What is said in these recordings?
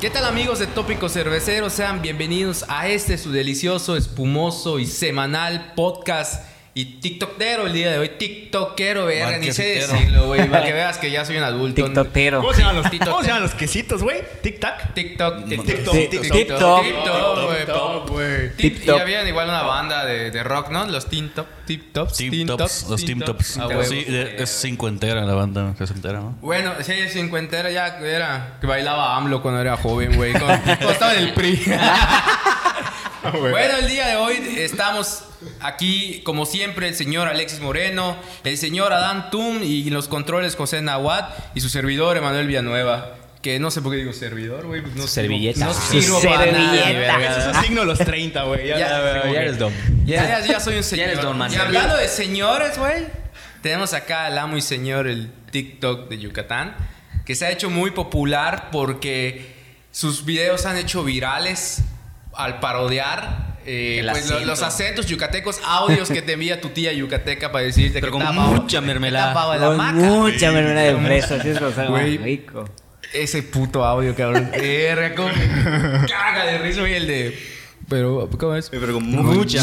¿Qué tal amigos de Tópicos Cerveceros? Sean bienvenidos a este su delicioso, espumoso y semanal podcast y TikTokero el día de hoy. TikTokero, verga, ni sé Marquesitero. decirlo, güey, para que veas que ya soy un adulto. TikTokero. ¿Cómo se llaman los, Tito- ¿cómo se llaman los quesitos, güey? Tic-tac. TikTok, TikTok, TikTok, TikTok, TikTok. TikTok, güey, pop, güey. Tip- Y TikTok. habían igual una banda de, de rock, ¿no? Los Tin Top, Tip Tops, Team Tops, los Team Tops. Ah, huevo. Sí, de- es cincuentera la banda, sesentera, ¿no? Bueno, sí, cincuentera ya era que bailaba AMLO cuando era joven, güey. Cuando cuando estaba en el PRI. bueno, el día de hoy estamos aquí, como siempre, el señor Alexis Moreno, el señor Adán Tum y los controles José Nahuat y su servidor Emanuel Villanueva. Que no sé por qué digo servidor, güey. pues No Servilleta. No Su sirvo para nada, servilleta. verga. Eso es un signo de los 30, güey. Ya, Ah, Ya, como que- dom. Ya, ya, ya soy un señor. Ya eres don y Marcelo. hablando de señores, güey, tenemos acá al amo y señor, el TikTok de Yucatán, que se ha hecho muy popular porque sus videos han hecho virales al parodiar. eh, El pues, lo- acento. los acentos yucatecos, audios que te envía tu tía yucateca para decirte Pero que con está pavo- mucha que mermelada. está pavo de la Con maca. mucha mermelada de fresa, así es como sabe Güey. más rico. Ese puto audio, cabrón. Verga, cómo me caga de risa y el de. Pero, ¿cómo es? Pero con Mucha,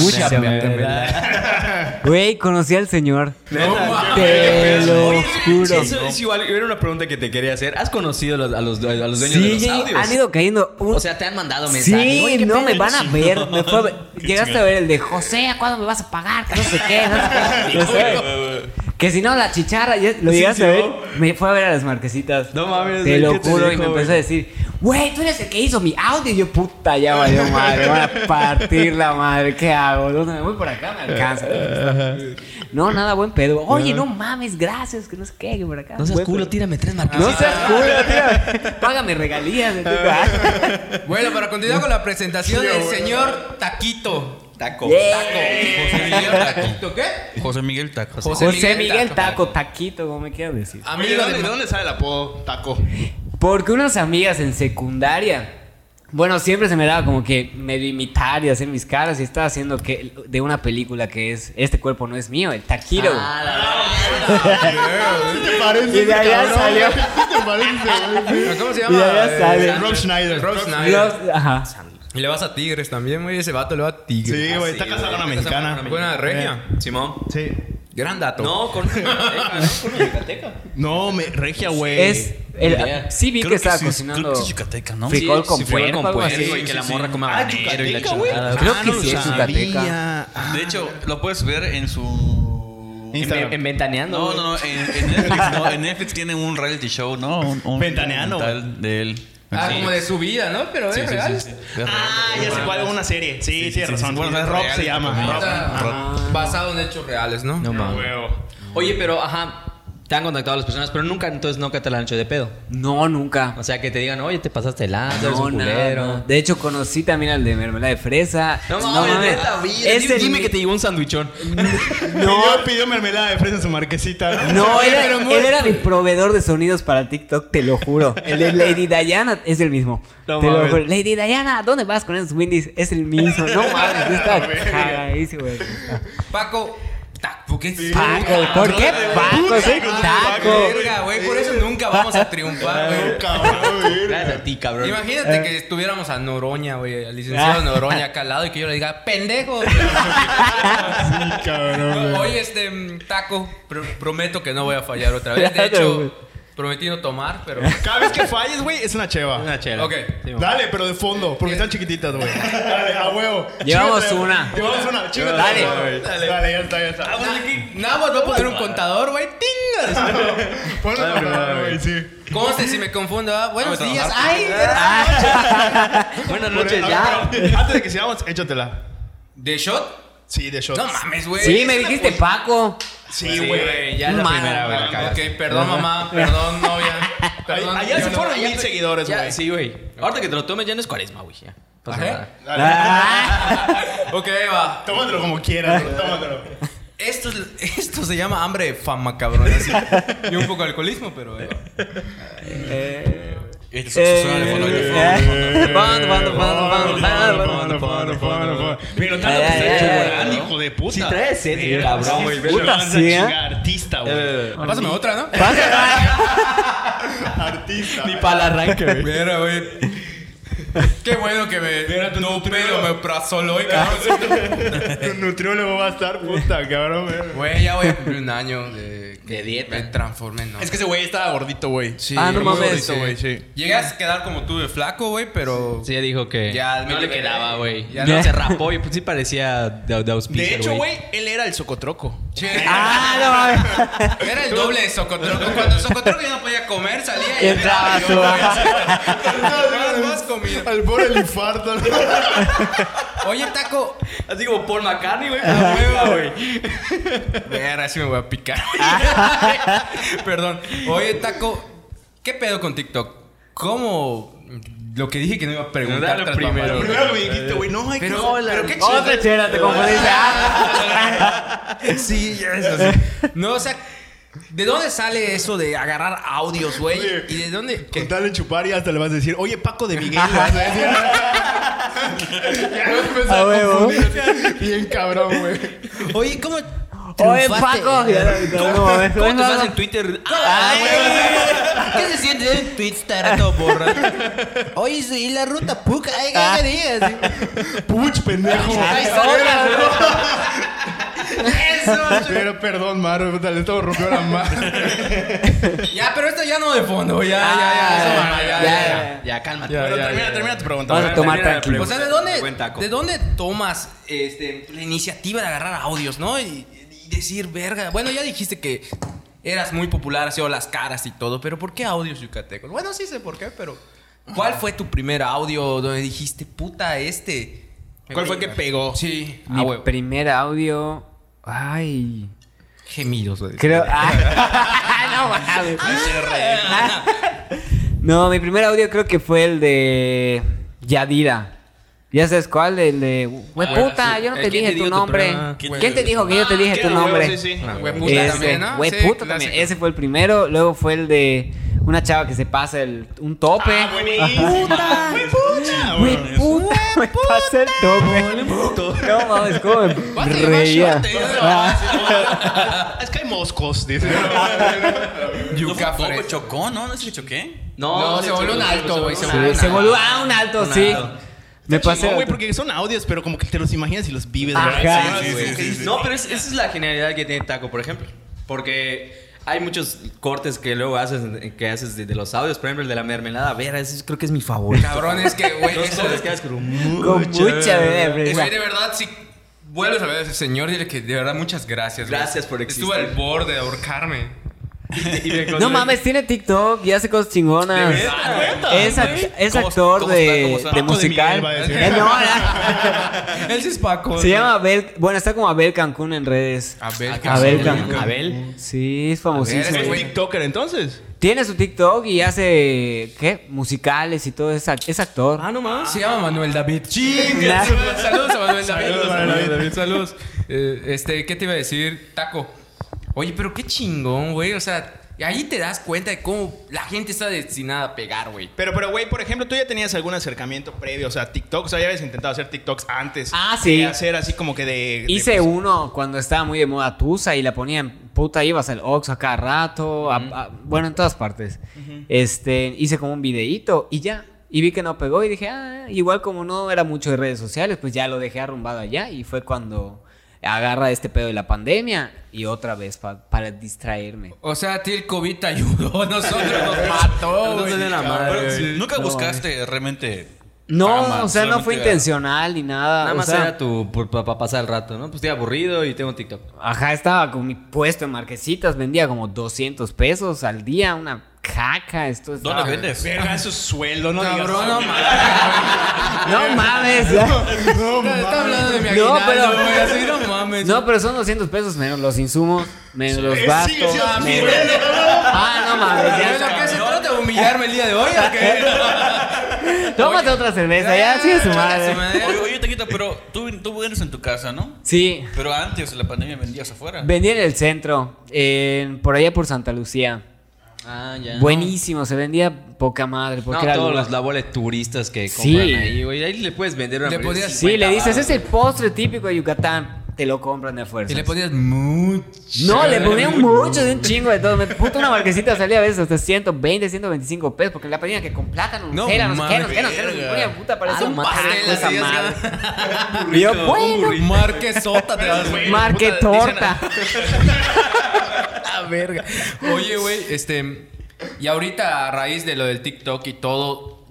mermelada. Güey, conocí al señor. No mames. Te lo Oye, juro. Eso es igual, era una pregunta que te quería hacer. ¿Has conocido a los, a los, a los dueños de Sí, los audios? han ido cayendo. un- O sea, te han mandado mensajes. Oye, Sí, ¿qué no, pedo? me van a ver. Me fue a ver. Llegaste a ver el de José, ¿a cuándo me vas a pagar? Que no sé qué. No sé qué. No sé. Que si no, la chicharra, ya lo Sí, llegaste sí, a ver. ¿no? Me fue a ver a las marquesitas. No mames, Te güey, lo ¿qué te juro. Y dijo, me güey? empezó a decir, güey, tú eres el que hizo mi audio. Y yo, puta, ya valió madre. Me van a partir la madre. ¿Qué hago? ¿Dónde me voy por acá? Me alcanza. No, nada, buen pedo. Oye, no mames, gracias. Que no sé qué, que por acá. No seas Buen culo, pedo. tírame tres marquesitas. No seas culo, tío. Ah, Págame regalías. de "Ah, tu- Bueno, para continuar con la presentación, el señor Taquito. Taco. Yeah. José Miguel Taquito, ¿qué? José Miguel Taco. José- José Miguel Miguel Taco. Taco, Taquito, como me quieras decir. Oye, Amigo ¿de dónde, de de dónde sale el apodo taco? Porque unas amigas en secundaria, bueno, siempre se me daba como que medio imitar y hacer mis caras y estaba haciendo que de una película que es Este cuerpo no es mío, el Taquiro. Ah, la- ¿Te parece? Y de allá cabrón? salió. ¿Te parece? ¿Pero ¿Cómo se llama? Ya, ya Eh, sale. Rob Schneider. Rob Schneider. Rob Schneider. Los- ajá. Y le vas a Tigres también, güey. Ese vato le va a Tigres. Sí, güey, está sí, casado con una güey, está casado mexicana. con Buena una regia. Simón. Sí. Gran dato. No, con Yucateca, ¿no? Con Yucateca. No, me, regia, güey. Es. el- idea. sí, vi Creo que estaba sí, cocinando. Creo que es yucateca, ¿no? Sí. Frijol Sí, con sí, frijol puerco, algo así. puerco, y que la Sí, sí, morra sí. coma Ah, habanero y la yucateca, güey. chingada. Creo Ah, que no sí lo es yucateca. sabía. Ah, De hecho, lo puedes ver en su... En, Instagram. en Ventaneando. No, güey. no, no, en, en Netflix, no, en Netflix tiene un reality show, ¿no? Un, un Ventaneando. documental de él. Ah, Sí. como de su vida, ¿no? Pero Sí, es sí, real. sí, sí. Es real. Ah, ya sé cuál, una serie. Sí, sí, sí, tienes sí, razón. sí. Bueno, Bueno, es Rob real, se llama. ¿no? Rob. Ah, Está Basado en hechos reales, ¿no? No mames. Oye, pero ajá, te han contactado las personas, pero nunca, entonces nunca te la han hecho de pedo. No, nunca. O sea, que te digan, oye, te pasaste el lanza, eres No, un culero. nada. De hecho, conocí también al de mermelada de fresa. No mames, neta, vida. Es el- Dime que te llevó un sandwichón. No. Pidió, pidió mermelada de fresa en su marquesita. No, Oye, era- pero muy- él era mi proveedor de sonidos para TikTok, te lo juro. El de Lady Diana es el mismo. No te lo mames. juro. Lady Diana, ¿dónde vas con esos Windies? Es el mismo. No mames, yo estaba No, verga. cagadísimo. güey. Paco. Taco. ¿Qué es Paco, ¿por qué Paco? Soy Paco, Taco. Verga, güey. Por eso nunca vamos a triunfar, güey. No, cabrón, güey. Gracias a ti, cabrón. Imagínate que estuviéramos a Noroña, güey, al licenciado Eh. Ah. Noroña acá al lado y que yo le diga, pendejo. Sí, cabrón, güey. Oye, este mm, taco, pr- prometo que no voy a fallar otra vez. De Claro, hecho, güey. prometí no tomar, pero. Cada vez que falles, güey, es una cheva. Una chela. Ok. Dale, pero de fondo, porque están chiquititas, güey. Dale, a huevo. Llevamos Chíngate, una. Llevamos una, chíngate. Dale. güey. Dale. Dale, ya está, ya está. Nada más voy a poner un contador, güey. ¡Tingas! Ponlo a grabar, güey, sí. Conste si me confundo. ¿ah? Buenos Vamos a días. ¡Ay! Ah. Buenas Por noches, el- ya. Ah, pero Antes de que sigamos, échatela. ¿De shot? Sí, de shot. No mames, güey. Sí, Es me una dijiste pos- Paco. Sí, Sí, güey. güey, ya es la Ma- primera, güey. la Ah, cagaste. Ok, perdón, mamá. Perdón, novia. Ay, Perdón. Allá se yo no- fueron mil seguidores, Ya, güey. sí, güey. Ahorita que te lo tomes ya no es cuaresma, güey. Ya. Pasa Ajá. nada. Dale. Ah, Ok, va. Tómatelo como quieras, güey, tómatelo. Esto, es- esto se llama hambre de fama, cabrón. así. Y un poco de alcoholismo, pero. eh, Este es- Eh, suena de fondo, de fondo. eh, bando, bando, bando, bando, bando, bando. Pero Ay, tanto que ay, se ha hecho ay, Morán, ay. hijo de puta. Sí, trae sed, Sí, cabrón, sí, güey. velo, Puta, vas a sí, ¿eh? chingar, Artista, güey. Pásame otra, ¿no? Pasa- Artista. Ni para el arranque, güey. Mira, güey. Qué bueno que me. No pedo, me prazoló y Tu nutriólogo va a estar puta, cabrón. güey. Güey, ya voy a cumplir un año de, que De dieta. Me transformé, ¿no? Es que ese güey estaba gordito, güey. Sí, Ah, no muy mames. gordito, Sí, güey, sí. Llegas a quedar como tú de flaco, güey, pero. Sí, dijo que Ya, no me- le quedaba, güey. Ya Ya no. no se rapó y pues, sí parecía de, de De auspicio, hecho, güey, él era el socotroco. Sí. Ah, no mames. Era el doble de Socotroco. Cuando Socotroco ya no podía comer, salía y Y entraba yo, tú. güey, así, más, más comida. Al pobre el infarto. Oye, taco. Así como Paul McCartney, güey. con la hueva, güey. Verga, sí me voy a picar. Perdón. Oye, taco. ¿Qué pedo con TikTok? ¿Cómo? Lo que dije que no iba a preguntar Dale tras primero. bambalinas. Primero me dijiste, güey, no, hay Pero- que... pero qué chido. Otra chera, Oh, te confundiste. Ah. Sí, ya es así. No, o sea, ¿de dónde sale eso de agarrar audios, güey? Oye, ¿Y de dónde? qué? Con tal de chupar y hasta le vas a decir, oye, Paco de Miguel. le vas a decir. ya no empezó Ah, A a huevo. confundir. Bien cabrón, güey. Oye, ¿cómo Oye, triunfaste? Paco. Ya, no, no, ¿Cómo mames. te Oye, vas Paco. en Twitter? Ah, ¿Qué se siente ser en Twitter todo borracho? Oye, y la ruta puca, ay, Ah. digas. Puch, pendejo. Ahí está otra, ¿no? Pero perdón, Maro, puta, le estaba rompiendo la mano. Ya, pero esto ya no de fondo. Ya, Ah, ya, ya, eso va, ya, ya, ya. Ya, cálmate. Pero ya, termina, ya. termina tu pregunta. Vamos a tomar Termina la tranquilo. O sea, pues, ¿de dónde, Buen taco. ¿de dónde tomas este, la iniciativa de agarrar audios, no? Y, y decir, verga. Bueno, ya dijiste que eras muy popular, hacía las caras y todo, pero ¿por qué audios yucatecos? Bueno, sí sé por qué, pero ¿cuál fue tu primer audio donde dijiste, puta, este? me ¿Cuál voy fue a que pegar? pegó? Sí, a Mi Ah, huevo. primer audio. Ay. Gemidos, güey. Creo. Ah, no mames. No, mi primer audio creo que fue el de Yadira. ¿Ya sabes cuál? El de. Güey, Ah, puta, sí. yo no Eh, te ¿quién dije te tu dijo tu nombre. programa? ¿Quién Güey, te dijo que yo te dije tu nombre? Sí, sí. Ah, Güey, güey, puta Ese, también, ¿no? Güey, Sí, puta clásico. también. Ese fue el primero. Luego fue el de una chava que se pasa el, un tope. Ah, buenísimo. Ah, puta. Güey, pucha, Güey, güey. puta, me pasa el tope. No mames, cómo me reía. Ah. Es que hay moscos, dice. Yuca ¿No fue fresca. Coco chocó, no? ¿No es el que choqué? No, se volvió un alto, güey. Sí, volvió un se alto. volvió a un alto, Un sí. alto. Me pasé. No, güey, porque son audios, pero como que te los imaginas y los vives. Ajá. ¿verdad? Sí, sí, sí, sí, sí. No, pero es- esa es la genialidad que tiene Taco, por ejemplo. Porque hay muchos cortes que luego haces, que haces de, de los audios. Por ejemplo, el de la mermelada. Ver, ese creo que es mi favorito. Cabrón, es que, güey, Los eso- cortes que haces con Con mucha Es verga. que de verdad, si vuelves a ver a ese señor, dile que de verdad muchas gracias. güey. Gracias por existir. Estuve al borde de ahorcarme. No mames, tiene TikTok y hace cosas chingonas. ¿De verdad, Es, ac- es ¿Cómo- actor cómo está- cómo de, está? de Paco de musical. Miguel, va a decir. Eh, no, era- Él sí es Paco. se llama Abel. Bueno, está como Abel Cancún en redes. Abel. Abel Cancún. Cancún. Abel. Sí, es Abel, famosísimo. ese ¿Es güey. TikToker entonces? tiene su TikTok y hace. ¿Qué? Musicales y todo. Es, ac- es actor. Ah, no mames. Se llama Manuel David. Nah. Chingas. Saludos a Manuel David. Saludos, Manuel David. Saludos. Eh, este, ¿qué te iba a decir? Taco. Oye, pero qué chingón, güey. O sea, ahí te das cuenta de cómo la gente está destinada a pegar, güey. Pero, pero, güey, por ejemplo, tú ya tenías algún acercamiento previo, o sea, TikTok, o sea, ya habías intentado hacer TikToks antes. Ah, sí. De hacer así como que de. pues, de- Hice uno cuando estaba muy de moda Tusa y la ponían, puta, ibas al Ox a cada rato, a- a- bueno, en todas partes. Este, hice como un videíto y ya. Y vi que no pegó y dije, ah, igual como no era mucho de redes sociales, pues ya lo dejé arrumbado allá y fue cuando agarra este pedo de la pandemia y otra vez pa- para distraerme. O sea, a ti el COVID te ayudó. a Nosotros nos mató, Nos güey. duele la madre, Cabrón, Pero, sí. ¿Nunca No, buscaste realmente No, fama? o sea, no Solamente- fue intencional ni nada. Nada o más sea, era tu para pasar el rato, ¿no? Pues estoy aburrido y tengo TikTok. Ajá, estaba con mi puesto en marquesitas, vendía como 200 pesos al día, una caca, esto es... ¿Dónde vendes? Verga, eso es sueldo, no digas. Cabrón, no mames. No mames. No, Está está hablando de mi No, aguinaldo, pero- güey. Así no mames. No, pero son 200 pesos menos los insumos, menos los sigue gastos. siendo mi menos- Ah, no mames. ¿De ya. lo que se trata de humillarme el día de hoy o qué? Tómate otra cerveza, ya sigue su madre. Ah, Oye, oye, Taquito, pero tú, tú vendes en tu casa, ¿no? Sí, Pero antes de la pandemia vendías afuera. vendía en el centro, en- por allá por Santa Lucía. Ah, ya. Buenísimo, se vendía poca madre. Porque No, era todos lugar- los labores turistas que Sí. compran ahí, güey. Ahí le puedes vender una Le hamburguesa podías- Sí, le dices, baros. es el postre típico de Yucatán. te lo compran de fuerza. Y le ponías mucho. No, le ponían mucho de un chingo de todo. Me puto una marquesita salía a veces hasta 120, 125 pesos, porque la pedían que con plátano, No no, era, no sé qué, no sé qué, no sé mames, qué, verga. ponía puta, parecía Un un pastel taco esa así, es madre. que- Y yo, bueno, Marquesota te vas güey. marquetorta. La verga. Oye, güey, este. Y ahorita, a raíz de lo del TikTok y todo,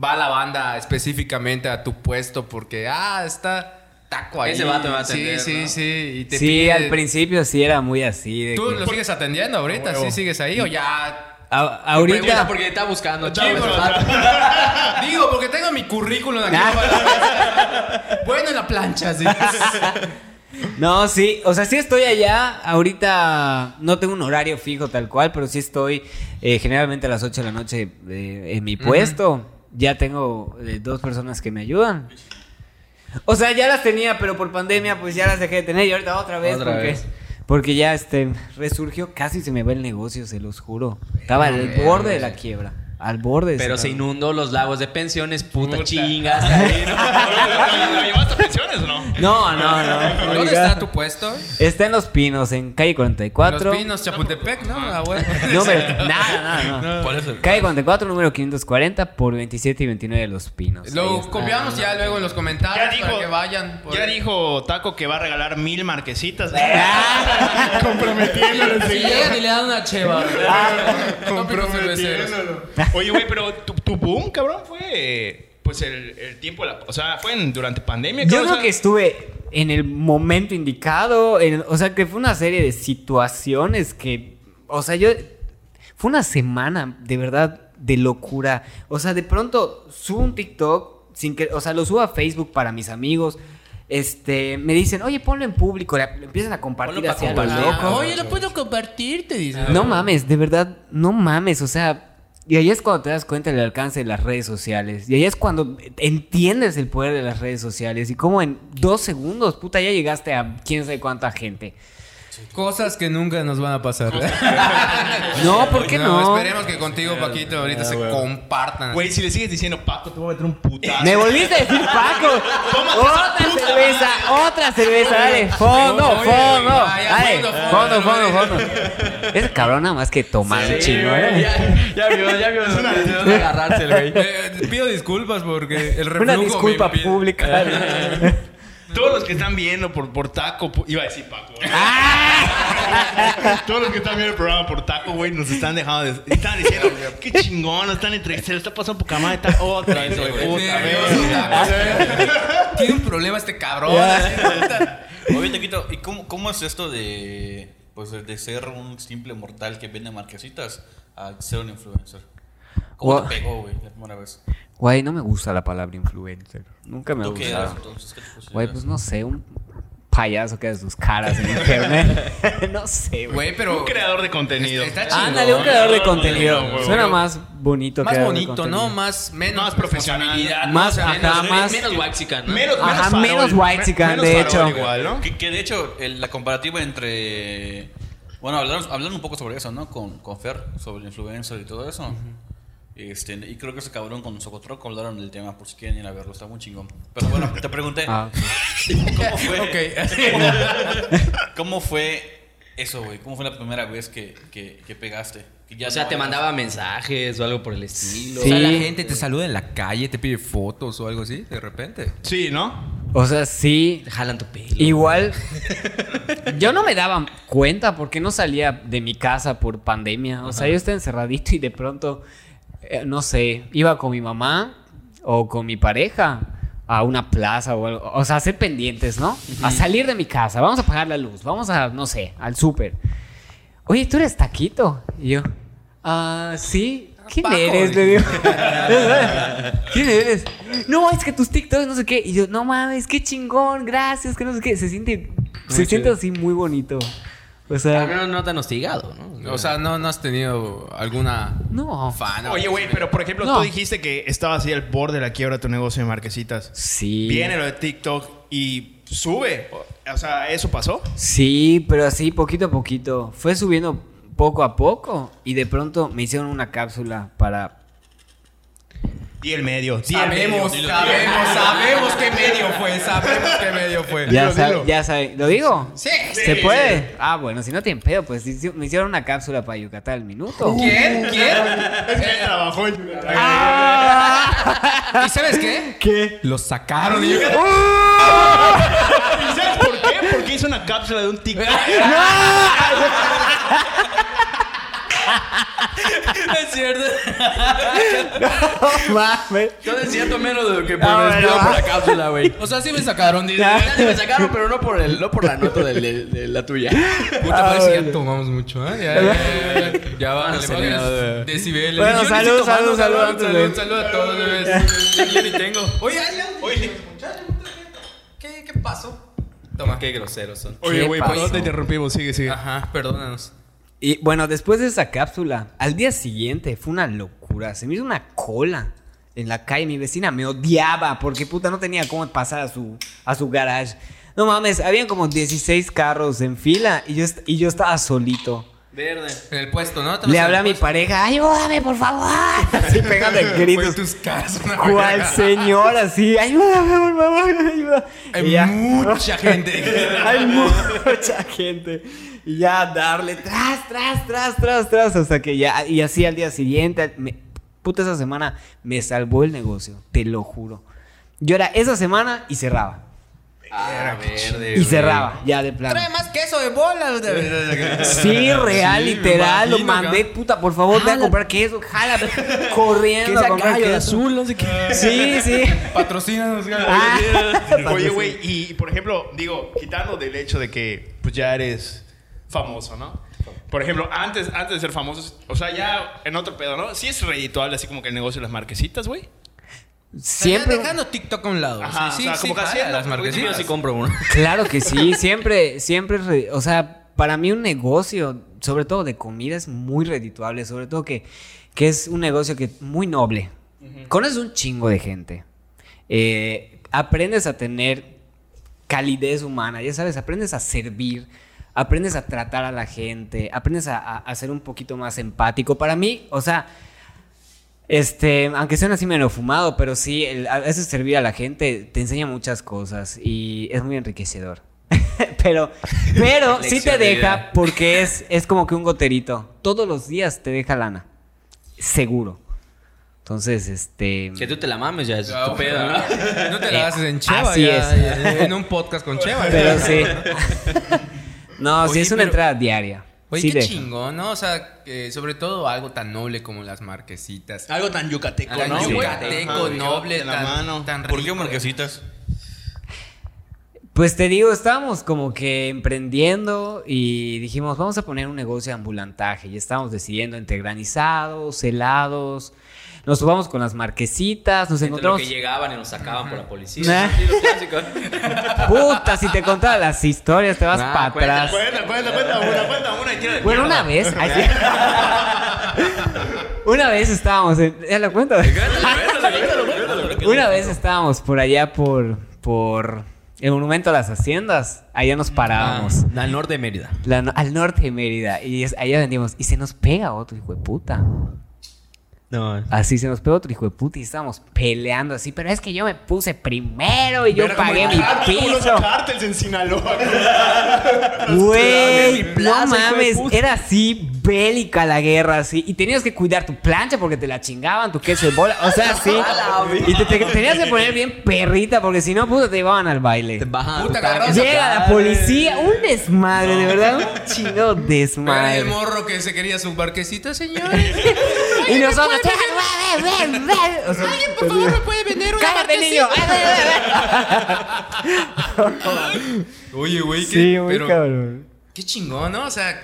va la banda específicamente a tu puesto porque, ah, está taco ahí. Ese vato me va a atender, Sí, sí, ¿no? sí. y te Sí, pide- al principio sí era muy así. de ¿Tú que- lo sigues atendiendo ahorita? ¿Sí sigues ahí o ya? A- Pregunta ahorita. porque está buscando, Está chavos. buscando. Digo, porque tengo mi currículum aquí. Ah. para- bueno, en la plancha, sí. No, sí, o sea, sí estoy allá. Ahorita no tengo un horario fijo tal cual, pero sí estoy eh, generalmente a las 8 de la noche eh, en mi puesto. Ya tengo eh, dos personas que me ayudan. O sea, ya las tenía, pero por pandemia pues ya las dejé de tener y ahorita otra vez Otra porque vez. porque ya este resurgió, casi se me va el negocio, se los juro. Estaba al borde de la quiebra, al borde. Pero se inundó inundó los lagos de pensiones, puta, Puta. chingas. ahí, ¿no? ¿Lo llevaste a pensiones o no? No, no, no. ¿Dónde está tu puesto? Está en Los Pinos, en calle 44. Los Pinos, Chapultepec, ¿no? Ah, bueno. Número, nada, nada, no. Por eso. Calle 44, número 540 por 27 y 29 de Los Pinos. Ahí Lo está. copiamos ya luego en los comentarios Ya dijo, para que vayan. por- ya dijo Taco que va a regalar mil marquesitas. Ah. Comprometiéndolo Si llegan y le dan una cheva. Ah. Ah, Tópicos cerveceros. Comprometiéndolo. Oye, güey, pero tu, tu boom, cabrón, fue. Pues el, el tiempo, de la, o sea, fue en- durante pandemia, Yo cabrón, o creo sea, que estuve en el momento indicado. en- o sea, que fue una serie de situaciones que. O sea, yo. Fue una semana de verdad de locura. O sea, de pronto subo un TikTok sin que. O sea, lo subo a Facebook para mis amigos. Este, me dicen, oye, ponlo en público. la- lo empiezan a compartir pa' así a lo compartir. loco. Oye, lo puedo compartir, te dicen. No mames, de verdad, no mames, o sea, y ahí es cuando te das cuenta del alcance de las redes sociales, y ahí es cuando entiendes el poder de las redes sociales, y como en dos segundos, puta, ya llegaste a quién sabe cuánta gente. Cosas que nunca nos van a pasar. ¿eh? No, ¿por qué no? Esperemos que contigo, Paquito, ahorita se compartan. Ah, Güey, si le sigues diciendo Paco, te voy a meter un putazo. Me volviste a decir Paco. Tómate otra esa puta cerveza, otra cerveza, dale. Fondo, Oye, fondo. vaya, Dale, fondo, fondo, fondo, fondo, no, fondo. Ese cabrón nada más que tomar un Sí, chingo, güey, ¿eh? ya, ya vio, ya vio. de dónde agarrarse el güey. Eh, pido disculpas porque el reflujo Una me disculpa impide- pública. Todos los que están viendo por, por Taco, pu- iba a decir Paco. güey. Todos los que están viendo el programa por Taco, güey, nos están dejando. De, están diciendo, qué chingón, nos están entrevistando, está pasando poca madre, está otra vez, güey, puta verga". Tiene un problema este cabrón. Oye, Taquito, ¿y cómo, cómo es esto de, pues, de ser un simple mortal que vende marquesitas a ser un influencer? ¿Cómo Gua- te pegó, güey, la primera vez? Güey, no me gusta la palabra influencer. Nunca me ha ¿Tú qué eras gustado. entonces? ¿Qué te consideras? Güey, pues no sé, un payaso que hace sus caras en internet. no sé, güey. Güey, pero. Un creador de contenido. Está chingón. Ándale, un creador de contenido. güey, Suena güey. más bonito. Más creador de bonito, ¿no? contenido. Más. Menos. Más profesional. responsabilidad, Más, ¿no? O sea, ajá, menos- más- Menos waxican. ¿no? Menos, menos Ajá, farol, menos white chican, menos de farol hecho. Igual, ¿no? Que, que de hecho, el- la comparativa entre. Bueno, hablaron, hablaron un poco sobre eso, ¿no? Con, con Fer, sobre el influencer y todo eso. este, y creo que ese cabrón con Socotroco hablaron del tema, por si quieren ir a verlo, está muy chingón. Pero bueno, te pregunté, Ah, ¿cómo fue? Ok. ¿Cómo fue eso, güey? ¿Cómo fue la primera vez que, que, que pegaste? Que ya O sea, no te eras- mandaba mensajes o algo por el estilo. O sea, la Sí. gente te saluda en la calle, te pide fotos o algo así, de repente. Sí, ¿no? o sea, sí. Te jalan tu pelo. Igual. Yo no me daba cuenta porque no salía de mi casa por pandemia. O sea, yo estaba encerradito y de pronto, eh, no sé, iba con mi mamá o con mi pareja a una plaza o algo. O sea, a ser pendientes, ¿no? A salir de mi casa. Vamos a pagar la luz. Vamos a, no sé, al súper. Oye, ¿tú eres taquito? Y yo, ah, sí. ¿Quién Paco, eres? dije. Le digo. ¿Quién eres? No, es que tus TikToks, no sé qué. Y yo, no mames, qué chingón, gracias, que no sé qué. Se siente, se siente así muy bonito. O Al sea, menos no tan hostigado, ¿no? O sea, no, no has tenido alguna no. fan. o- Oye, güey, pero por ejemplo, No. tú dijiste que estaba así al borde de la quiebra de tu negocio de marquesitas. Sí. Viene lo de TikTok y sube. O sea, ¿eso pasó? Sí, pero así poquito a poquito. Fue subiendo poco a poco y de pronto me hicieron una cápsula para Di el medio. Di el medio. Sabemos, sabemos, sabemos qué medio fue, sabemos qué medio fue. Ya Dilo, saben, dilo. ya saben. ¿Lo digo? Sí. ¿Se puede? Ah, bueno, si no tienen pedo, pues hici- me hicieron una cápsula para Yucatán al minuto. ¿Quién? ¿Quién? Es que trabajó en Yucatán. Ah. ¿Y sabes qué? ¿Qué? Los sacaron y yo- ¿Y sabes por qué? Porque hizo una cápsula de un TikTok. No es cierto. Mames. Todo es cierto menos de lo que Ah, me bueno. despido por la cápsula, güey. O sea, sí me sacaron. Dice, Ya. Nadie me sacaron, pero no por, el, no por la nota del- del- de, la tuya. Puta, Ah, parece que ya tomamos mucho, ¿eh? Ya, ya, ya, ya, ya van Bueno, salud. decibeles. Bueno, Yo ni salud, estoy tomando, salud, salud, salud, salud. salud, salud a todos, bebés. Yo ni tengo. Oye, Alan, Oye. ¿qué, qué pasó? Toma. Qué groseros son. Oye, güey, pasó? perdón, te interrumpimos. Sigue, sigue. Ajá, perdónanos. Y bueno, después de esa cápsula, al día siguiente fue una locura. Se me hizo una cola en la calle. Mi vecina me odiaba porque puta no tenía cómo pasar a su, a su garage. No mames, habían como 16 carros en fila y yo, est- y yo estaba solito. Verde. En el puesto, ¿no? Le hablé a mi pareja, ayúdame por favor. Así pegando gritos. tus caras, una ¿Cuál verga. señor? Así, ayúdame por favor, ayuda. Y Hay ya. mucha gente. Hay mucha gente. Y ya darle tras, tras, tras, tras, tras. Hasta que ya. Y así al día siguiente. me- puta, esa semana me salvó el negocio. Te lo juro. Yo era esa semana y cerraba. Ah, verde. Y cerraba, ya de plano. Trae más queso de bolas. de- Sí, real, Sí, me literal. Lo imagino, mandé, cabrón. puta, por favor, ve a comprar queso. Jala, ve corriendo. a comprar queso. no sé qué. Sí, sí. Patrocínanos, Ah, Oye, güey, y por ejemplo, digo, quitando del hecho de que pues ya eres famoso, ¿no? Por ejemplo, antes, antes de ser famoso, o sea, ya en otro pedo, ¿no? Sí es redituable así como que el negocio de las marquesitas, güey. Siempre. Siempre. dejando TikTok a un lado. Ajá, sí, o sea, sí, como que jala haciendo- las Yo marquesitas. sí compro uno. Claro que sí, siempre, siempre, re- o sea, para mí un negocio, sobre todo de comida, es muy redituable, sobre todo que, que es un negocio que muy noble. Conoces un chingo de gente. Eh, aprendes a tener calidez humana, ya sabes, aprendes a servir, aprendes a tratar a la gente, aprendes a, a- a ser un poquito más empático. Para mí, o sea, este, aunque suena así medio fumado, pero sí, el, a veces servir a la gente te enseña muchas cosas y es muy enriquecedor. pero, pero sí te Lección de deja vida. porque es, es como que un goterito. Todos los días te deja lana. Seguro. Entonces, este. Que tú te la mames ya, es Ah, tu bueno. pedo, ¿no? No te Eh, la haces en Cheva. así ya- es. ya- en un podcast con Cheva. Pero ya. sí. No, sí Oye, es una pero- entrada diaria. Oye, Sí qué deja. chingón, ¿no? O sea, que sobre todo algo tan noble como las marquesitas. Algo tan yucateco, Tan ¿no? Ah, güey? yucateco, Ajá, güey, noble, de la tan, mano. tan ¿Por qué rico. marquesitas? Pues te digo, estábamos como que emprendiendo y dijimos, vamos a poner un negocio de ambulantaje. Y estábamos decidiendo entre granizados, helados. Nos subamos con las marquesitas, nos Entre lo encontramos. que llegaban y nos sacaban por la policía. Nah. Sí, los clásicos. Puta, si te contaba las historias, te vas Nah, para cuenta, atrás. Cuenta, cuenta, cuenta una, cuenta una y tira de Bueno, una mierda. vez. ay, sí. una vez estábamos. En, ¿Ya lo cuento? una vez estábamos por allá por, por el Monumento a las Haciendas. Allá Ah. nos parábamos. Al norte de Mérida. La no- al norte de Mérida. Y es- allá vendíamos. Y se nos pega otro hijo de puta. No. Así se nos pegó otro hijo de puta y estábamos peleando así. Pero es que yo me puse primero y yo Verga, pagué como mi el cártel, como piso. Los cárteles en Sinaloa. Güey, mi no plaza, hijo de mames, puta. era así bélica la guerra, así. Y tenías que cuidar tu plancha porque te la chingaban, tu queso de bola, o sea, sí. Y te, te- tenías que poner bien perrita porque si no, puta, te llevaban al baile. Te bajan. Puta, te bajan agarras- a Llega la tocar. policía, un desmadre, de verdad, un chino Pero desmadre. el morro que se quería su barquecito, señores. Y nosotros, "Ay, ven, ven, ven". O sea, Alguien, por favor, me puede vender una cállate, niño. marquesita. Ay, ven, ven, ven. Oye, güey, qué, Sí, muy pero cabrón. qué chingón, ¿no? O sea,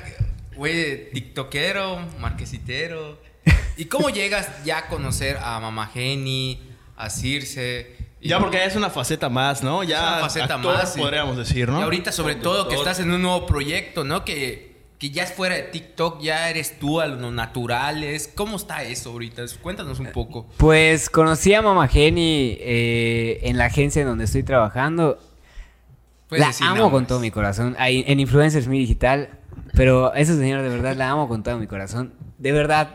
güey, tiktokero, marquesitero. ¿Y cómo llegas ya a conocer a Mamá Geni, a Circe? Y- Ya porque es una faceta más, ¿no? Ya Es una faceta actor, más, sí. podríamos decir, ¿no? Y ahorita, sobre todo, que Conductor. estás en un nuevo proyecto, ¿no? Que, que ya es fuera de TikTok, ya eres tú a lo natural. es- ¿Cómo está eso ahorita? Cuéntanos un poco. Pues conocí a Mama Jenny eh, en la agencia en donde estoy trabajando. Puedes la decir amo nombres. con todo mi corazón. Ahí, en Influencers Mi Digital. Pero esa señora de verdad la amo con todo mi corazón. De verdad.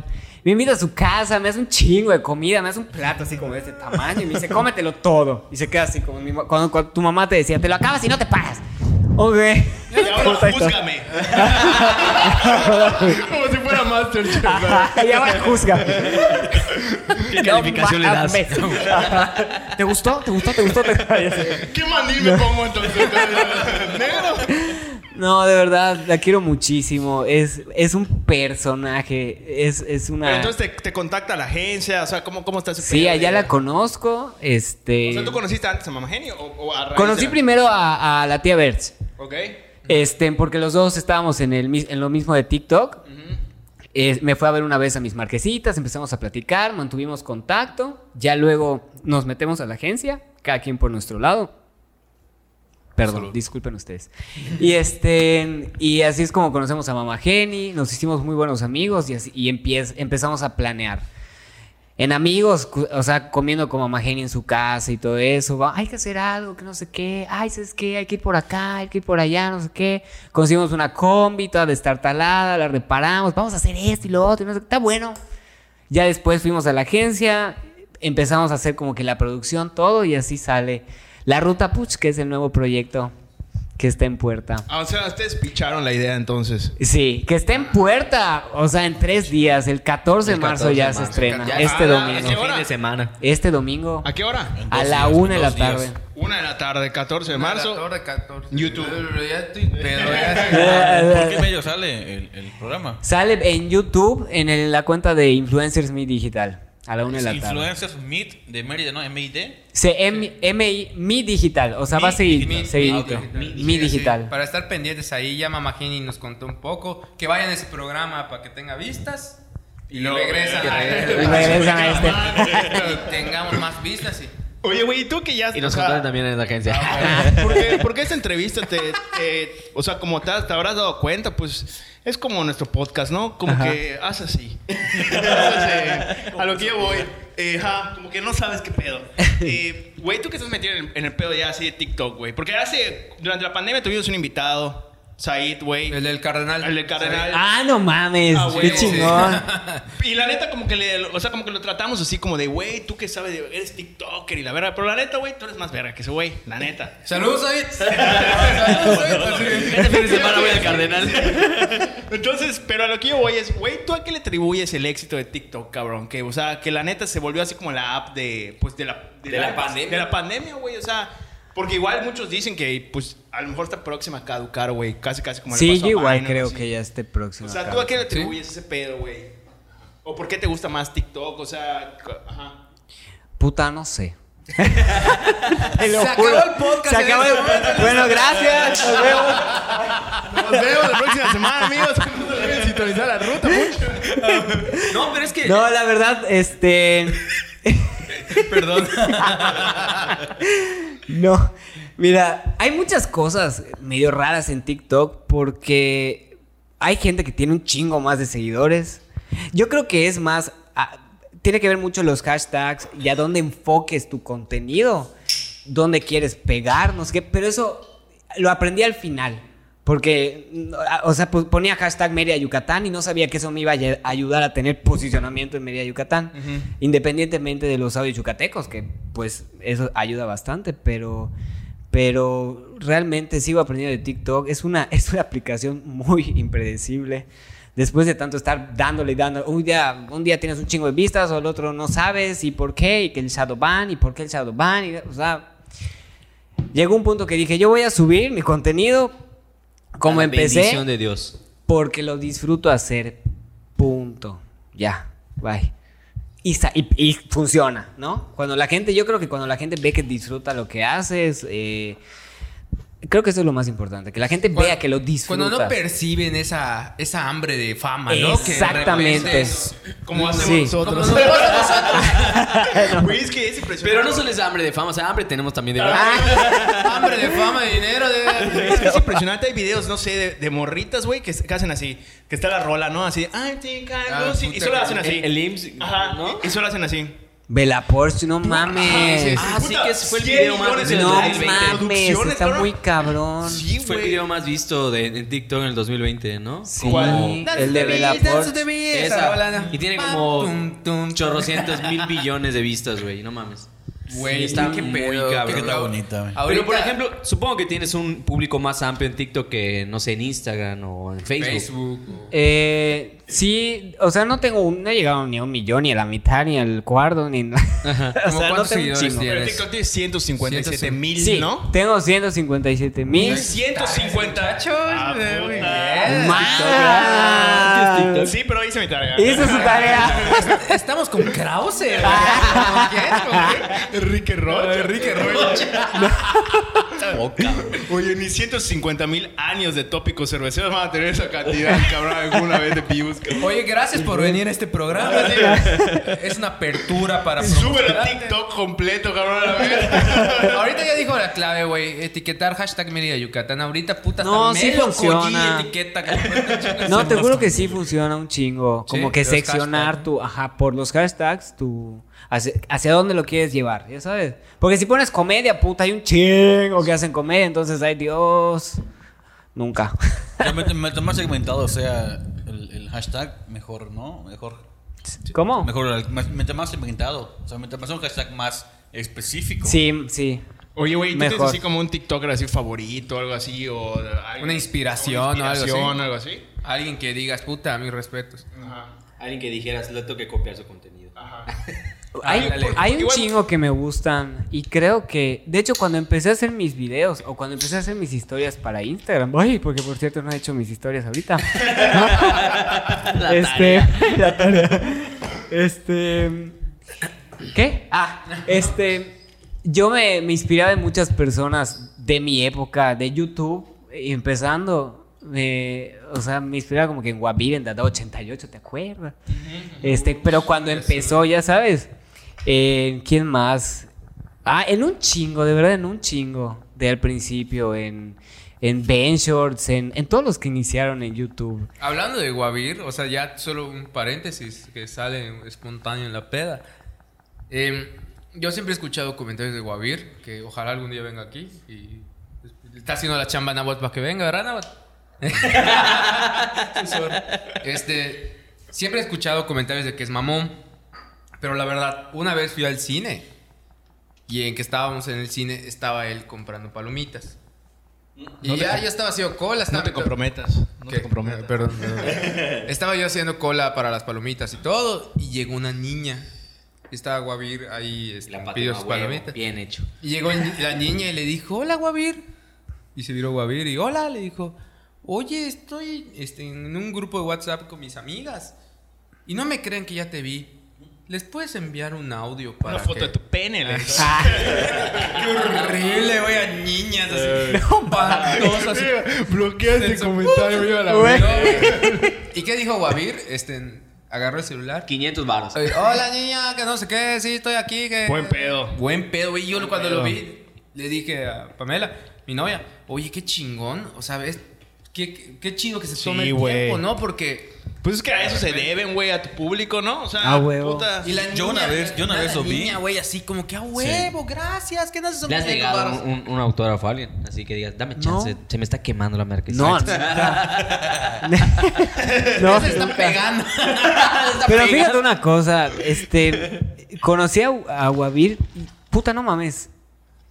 Me invita a su casa, me hace un chingo de comida, me hace un plato así como de este tamaño y me dice, cómetelo todo. Y se queda así como mi ma- cuando, cuando tu mamá te decía, te lo acabas y no te pagas. Ok. Y ahora, búscame. Como si fuera Masterchef. ¿verdad? y ahora juzga. ¿Qué calificación le das? ¿Te gustó? ¿Te gustó? ¿Te gustó? ¿Te gustó? ¿Qué mandil me pongo entonces? ¿Negro? No, de verdad, la quiero muchísimo. Es, es un personaje. Es, es Pero una. entonces te, te contacta la agencia, o sea, ¿cómo, cómo está su sí, pedo? allá la conozco. Este. O sea, ¿tú conociste antes a Mamá Genio? O, o a raíz Conocí de- primero a, a la tía Bertz. Ok. Este, porque los dos estábamos en, el, mis- en lo mismo de TikTok. Eh, me fue a ver una vez a mis marquesitas, empezamos a platicar, mantuvimos contacto. Ya luego nos metemos a la agencia, cada quien por nuestro lado. Perdón, disculpen ustedes. Y este y así es como conocemos a Mamá Jenny, nos hicimos muy buenos amigos y, así- y empie- empezamos a planear. En amigos, cu- o sea, comiendo con Mamá Jenny en su casa y todo eso. va, hay que hacer algo, que no sé qué. Ay, ¿sabes qué? Hay que ir por acá, hay que ir por allá, no sé qué. Conseguimos una combi toda destartalada, la reparamos. Vamos a hacer esto y lo otro. y no sé qué, Está bueno. Ya después fuimos a la agencia, empezamos a hacer como que la producción, todo, y así sale La Ruta Puch, que es el nuevo proyecto que está en puerta. Ah, o sea, ustedes picharon la idea entonces. Sí, que está en puerta. O sea, en tres días, el 14 de marzo 14 ya de se marzo. estrena. Ya- este ah, Fin domingo. ahora- de semana. Este domingo. ¿A qué hora? A Dos la días, una de la dos días. tarde. Una de la tarde, 14 de marzo. 14, 14. YouTube. Pero ya estoy pedo, ya. ¿Por qué medio sale el, el programa? Sale en YouTube, en el- la cuenta de Influencers Me Digital. A la una de la tarde. Influencers Meet de Mérida, ¿no? MID. Se- M- M- Mi Digital. O sea, va a Mi seguir. Digital. seguir- Ah, ok. Mi Sí, Digital. sí. Para estar pendientes ahí, ya Mamá Jenny nos contó un poco. Que vayan a ese programa para que tenga vistas. Y No, regresan eh, a Y este. regresan a este. Y tengamos más vistas. Y... Oye, güey, ¿y tú que ya... Y nos o sea, contaron también en la agencia. ¿Por qué, por qué esta entrevista te, te- o sea, como te, te habrás dado cuenta, pues es como nuestro podcast, ¿no? Como que haz así. Haz así. A lo que yo voy. Eh, ja, como que no sabes qué pedo. Eh, Güey, tú que estás metido en, en el pedo ya así de TikTok, güey. Porque hace, durante la pandemia tuvimos un invitado, Said, güey. El del Cardenal. El del Cardenal. Ah, no mames. Ah, qué huevo, sí. chingón. Y la neta, como que le, o sea, como que lo tratamos así como de, güey, tú que sabes, de- eres TikToker y la verga. Pero la neta, güey, tú eres más verga que ese güey, la neta. Saludos, David. Saludos, David. Este fin de semana voy al Cardenal. Entonces, pero a lo que yo voy es, güey, ¿tú a qué le atribuyes el éxito de TikTok, cabrón? Que, o sea, que la neta se volvió así como la app de, pues, de la... De la pandemia. De la pandemia, güey, o sea... Porque igual muchos dicen que, pues, a lo mejor está próxima a caducar, güey. Casi, casi como le Sí, pasó yo a igual Binance, creo sí. que ya esté O próximo. sea, acá. ¿tú a qué le atribuyes ese pedo, güey? ¿O por qué te gusta más TikTok? O sea, c- ajá. Puta, no sé. Se acabó el podcast Se en acabó este el... Bueno, gracias. Nos vemos. Nos vemos la próxima semana, amigos. No se olviden sintonizar la ruta, mucho. No, pero es que. No, la verdad, este. Perdón. No. Mira, hay muchas cosas medio raras en TikTok porque hay gente que tiene un chingo más de seguidores. Yo creo que es más. ah, tiene que ver mucho los hashtags y a dónde enfoques tu contenido, dónde quieres pegar, no sé qué. Pero eso lo aprendí al final. Porque, no, ah, o sea, pues, ponía hashtag Mérida Yucatán y no sabía que eso me iba a ye- ayudar a tener posicionamiento en Mérida Yucatán. Independientemente de los audios yucatecos, que pues eso ayuda bastante, pero, pero realmente sigo aprendiendo de TikTok. Es una, es una aplicación muy impredecible. Después de tanto estar dándole y dándole, un día, un día tienes un chingo de vistas o el otro no sabes y por qué, y que el shadow ban, y por qué el shadow ban, y, o sea, llegó un punto que dije, yo voy a subir mi contenido como La empecé, Bendición de Dios. porque lo disfruto hacer. Punto. Ya. Bye. Y, sa- y- y funciona, ¿no? Cuando la gente, yo creo que cuando la gente ve que disfruta lo que haces, eh, creo que eso es lo más importante, que la gente Cuando- vea que lo disfruta. Cuando no perciben esa, esa hambre de fama, ¿no? Que de Exactamente. repente- Como hacemos Sí. nosotros. Como nos pasa a Güey, es que es impresionante. Eh, Pero no solo es hambre de fama, o sea, hambre tenemos también de verdad. Ah, hambre de fama, de dinero, de... Es que es impresionante, hay videos, no sé, de, de morritas, güey, que, que hacen así, que está la rola, ¿no? Así, I think I Ah, lose it", y puta, solo hacen el- así. el IMSS, Ajá, ¿no? y, y solo hacen así. Velaporcio, no mames. Ah, sí Puta, que ese fue el 100 video más millones de visto del likes, no 2020. mames, Producciones, está cabrón. muy cabrón. Sí, Fue el güey. video más visto de, en TikTok en el 2020, ¿no? Sí, ¿Cuál? el de Velaporcio. Esa. Y tiene como chorrocientos mil billones de vistas, güey. No mames. Güey, Sí, está qué muy pedo. cabrón. qué Está cabrón. bonita, güey. Ahorita- Pero, por ejemplo, supongo que tienes un público más amplio en TikTok que, no sé, en Instagram o en Facebook. Facebook. o- Eh, sí, o sea, no tengo, un- no he llegado ni a un millón, ni a la mitad, ni al cuarto, ni nada. O ¿Cómo sea, cuántos no tengo un seguidores chingo. Pero tienes? TikTok tiene 157 mil, Sí, ¿no? tengo 157 mil. 150. Ah, puta. Bien. Ah, ¡Más! Sí, pero hice mi tarea. Hizo su tarea. Estamos con Krause. güey. ¿Con quién? ¿Con quién? Enrique Rocha. Enrique Rocha. Oh, cabrón. Oye, ni 150 mil años de tópicos cerveceros van a tener esa cantidad, cabrón, alguna vez de views, cabrón. Oye, gracias por venir a este programa. Es una apertura para Sube el promocionarte. TikTok completo, cabrón, a ver. Ahorita ya dijo la clave, güey. Etiquetar hashtag Mérida Yucatán. Ahorita, puta, hasta No, sí Melo funciona. Collí etiqueta. cabrón. No, te juro que sí funciona un chingo. Sí, Como que los seccionar hashtags. tu, ajá, por los hashtags, tu, hacia, hacia dónde lo quieres llevar, ya sabes. Porque si pones comedia, puta, hay un chingo que hacen comedia, entonces, ay Dios, nunca. Ya me- me- más segmentado, o sea, el, el hashtag, mejor, ¿no? Mejor. ¿Cómo? Mejor, me- mete más segmentado. O sea, mete más un hashtag más específico. Sí, sí. Oye, güey, ¿tú tienes Mejor. así como un TikToker así favorito, algo así? O algo- Una inspiración o algo así. inspiración, algo así. Alguien que digas, puta, mis respetos. Ajá. Alguien que dijeras, le tengo que copiar su contenido. Ajá. Hay, Ándale. hay un Igual- chingo que me gustan y creo que, de hecho, cuando empecé a hacer mis videos o cuando empecé a hacer mis historias para Instagram, ay, porque por cierto no he hecho mis historias ahorita. este, la tarea. Este, ¿qué? Ah, este, yo me, me inspiraba de muchas personas de mi época, de YouTube, y empezando. eh, o sea, me inspiraba como que en Guavir, en Dada 88, ¿te acuerdas? Este, pero cuando empezó, ya sabes. Eh, ¿Quién más? Ah, en un chingo, de verdad, en un chingo. De al principio, en, en Ben Shorts, en, en todos los que iniciaron en YouTube. Hablando de Guavir, o sea, ya solo un paréntesis que sale espontáneo en la peda. Eh, yo siempre he escuchado comentarios de Guavir, que ojalá algún día venga aquí y está haciendo la chamba Nahuatl para que venga, ¿verdad, Nahuatl? este, siempre he escuchado comentarios de que es mamón, pero la verdad, una vez fui al cine y en que estábamos en el cine estaba él comprando palomitas. Y ya, yo estaba haciendo cola, estaba No te metiendo- comprometas. No ¿Qué? te comprometas. Perdón, perdón. Estaba yo haciendo cola para las palomitas y todo, y llegó una niña. Estaba Guavir ahí, este, La pidió patina, sus huevo, palomitas. Bien hecho. Y llegó la niña y le dijo, hola Guavir. Y se viró Guavir y hola, le dijo, oye, estoy este, en un grupo de WhatsApp con mis amigas y no me creen que ya te vi. ¿Les puedes enviar un audio para Una foto que- de tu pene. le- ¡Qué horrible, güey! A niñas así, espantosas, así. Bloquea este Censu- comentario, yo a la No, verga. güey. ¿Y qué dijo Guavir? Este, agarró el celular. 500 varos. Oye, Hola niña, que no sé qué, sí, estoy aquí. Que... Buen pedo. Buen pedo, güey. Yo cuando lo pedo. vi, le dije a Pamela, mi novia, oye, qué chingón. O sea, ves, qué, qué- qué chido que se tome el güey. tiempo, ¿no? Porque. Pues es que a eso se deben, güey, a tu público, ¿no? O sea, Ah, huevo. puta. Y la Yo niña, una vez- yo una la vez lo vi. niña, güey, así como que a huevo, gracias, que no se Le has negado un, un- un autógrafo a alguien. Así que digas, dame chance. No. Se me está quemando la marquesina. No, No, no. se está pegando. Pero fíjate una cosa, este, conocí a, a Guavir, y, puta no mames,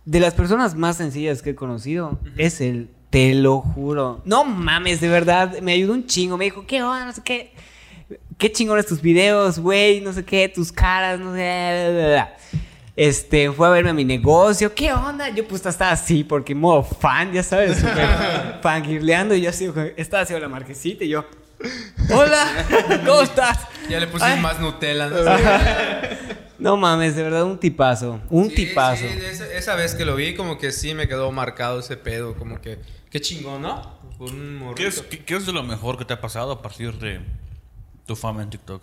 de las personas más sencillas que he conocido, es él, te lo juro. No mames, de verdad, me ayudó un chingo, me dijo, qué onda, no sé qué, qué chingones tus videos, güey, no sé qué, tus caras, no sé, bla, bla, bla". Este, fue a verme a mi negocio, ¿qué onda? Yo pues estaba así, porque modo fan, ya sabes, súper fangirleando, y yo así, güey, estaba así a la marquesita, y yo, hola, ¿cómo estás? Ya le puse Ay. más Nutella. ¿no? No mames, de verdad, un tipazo. Un Sí, tipazo. sí, de esa, esa vez que lo vi, como que sí me quedó marcado ese pedo. Como que, qué chingón, ¿no? Un ¿Qué es, morrito. qué, qué es de lo mejor que te ha pasado a partir de tu fama en TikTok?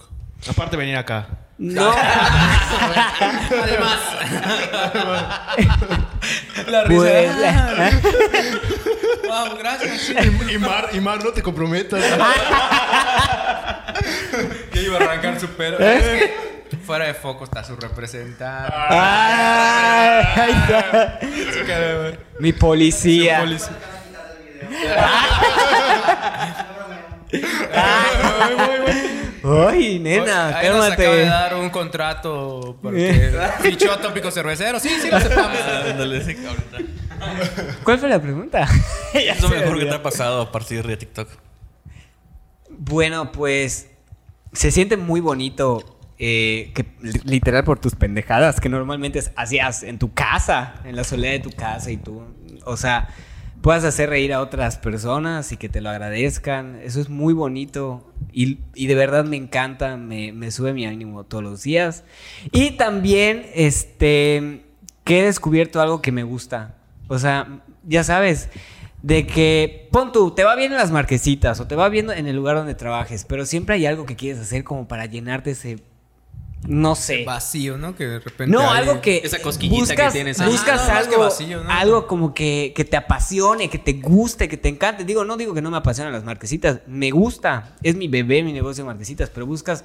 Aparte venir acá. No, Además, la risa. pues, la- Wow, gracias. Y Mar, y Mar, no te comprometas. ¿Eh? Ya iba a arrancar su pelo. Es que Fuera de foco está su representante. Ay, Ah, ahí está. Mi policía. Ay, nena, Ahí nos acaba de cálmate. dar un contrato porque fichó a Tópico Cervecero. Sí, sí, lo aceptamos. Ándale, ese cabrón. ¿Cuál fue la pregunta? Ya Es lo se me mejor que te olvidó. ha pasado a partir de TikTok. Bueno, pues se siente muy bonito eh, que li- literal por tus pendejadas que normalmente hacías en tu casa, en la soledad de tu casa y tú, o sea, puedas hacer reír a otras personas y que te lo agradezcan. Eso es muy bonito y, y de verdad me encanta, me, me sube mi ánimo todos los días. Y también, este, que he descubierto algo que me gusta. O sea, ya sabes, de que pon tú, te va bien en las marquesitas o te va bien en el lugar donde trabajes, pero siempre hay algo que quieres hacer como para llenarte ese no sé. Vacío, ¿no? Que de repente. No, hay- algo que esa cosquillita que buscas, tienes ahí. buscas Ah, no, más que algo, vacío, ¿no? algo como que, que te apasione, que te guste, que te encante. Digo, no digo que no me apasionan las marquesitas, me gusta, es mi bebé, mi negocio de marquesitas, pero buscas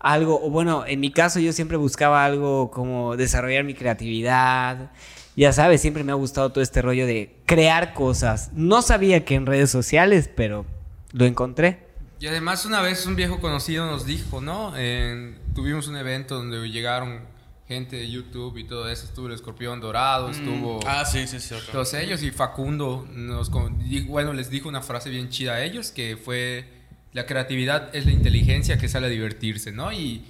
algo, o bueno, en mi caso yo siempre buscaba algo como desarrollar mi creatividad. Ya sabes, siempre me ha gustado todo este rollo de crear cosas. No sabía que en redes sociales, pero lo encontré. Y además una vez un viejo conocido nos dijo, ¿no? En- tuvimos un evento donde llegaron gente de YouTube y todo eso. Estuvo el escorpión dorado, estuvo Ah, sí, sí, cierto. todos ellos y Facundo nos con- di- bueno, les dijo una frase bien chida a ellos que fue la creatividad es la inteligencia que sale a divertirse, ¿no? Y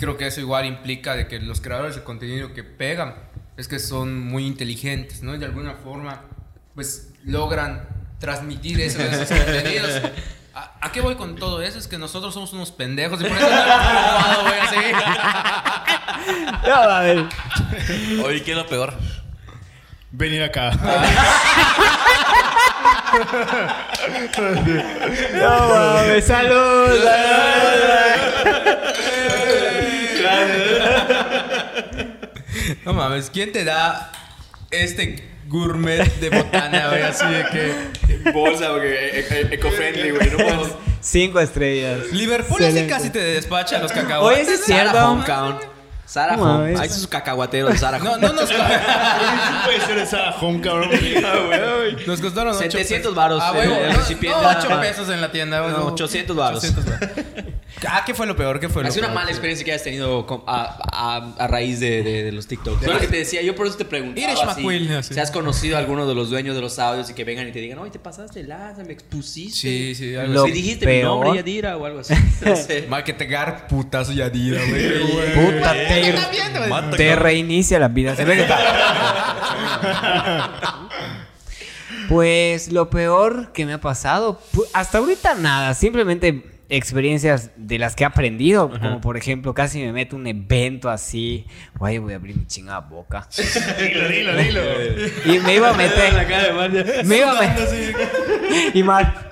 creo que eso igual implica de que los creadores de contenido que pegan es que son muy inteligentes, ¿no? Y de alguna forma pues logran transmitir eso en sus contenidos. ¿A, a qué voy con todo eso? Es que nosotros somos unos pendejos y por eso no hemos triunfado, güey, así. No, a ver. Oye, ¿qué es lo peor? Venir acá. No, mames, salud. No mames, ¿quién te da este gourmet de botana, güey, así de que Bolsa, porque e-, eco-friendly, güey. No podemos. Cinco estrellas. Liverpool así Excelente. casi te despacha los Oye, cacahuates. sí es ¿no? cierto. Sara No Home. mames. Ahí sus cacahuateros, Sara No, Home. Ah, no nos, Ah, Puede ser esa home, cabrón. Ah, nos costaron ocho 700 pesos. varos Ah, el- huevo, el no, recipiente. no, ocho pesos en la tienda. No, huevo. 800 varos. 800 varos. Ah, ¿qué fue lo peor? ¿Qué fue lo Ha sido una peor? mala experiencia que has tenido con- a, a- a raíz de, de- de los TikToks. Fue lo que te decía, yo por eso te Irish preguntaba McQueen, si, así. si has conocido a alguno de los dueños de los audios y que vengan y te digan, oye, te pasaste lanza, me expusiste. Sí, sí, algo Lo así. dijiste peor. mi nombre, Yadira, o algo así. No sé. Mal que te gar putazo y adira, güey. Puta, te, te reinicia la vida. Se ve que Pues lo peor que me ha pasado, pu- hasta ahorita nada, simplemente experiencias de las que he aprendido, como por ejemplo, casi me meto a un evento así, güey, voy a abrir mi chingada boca. Dilo, dilo, dilo. Y me iba a meter. me iba a meter. Y mal.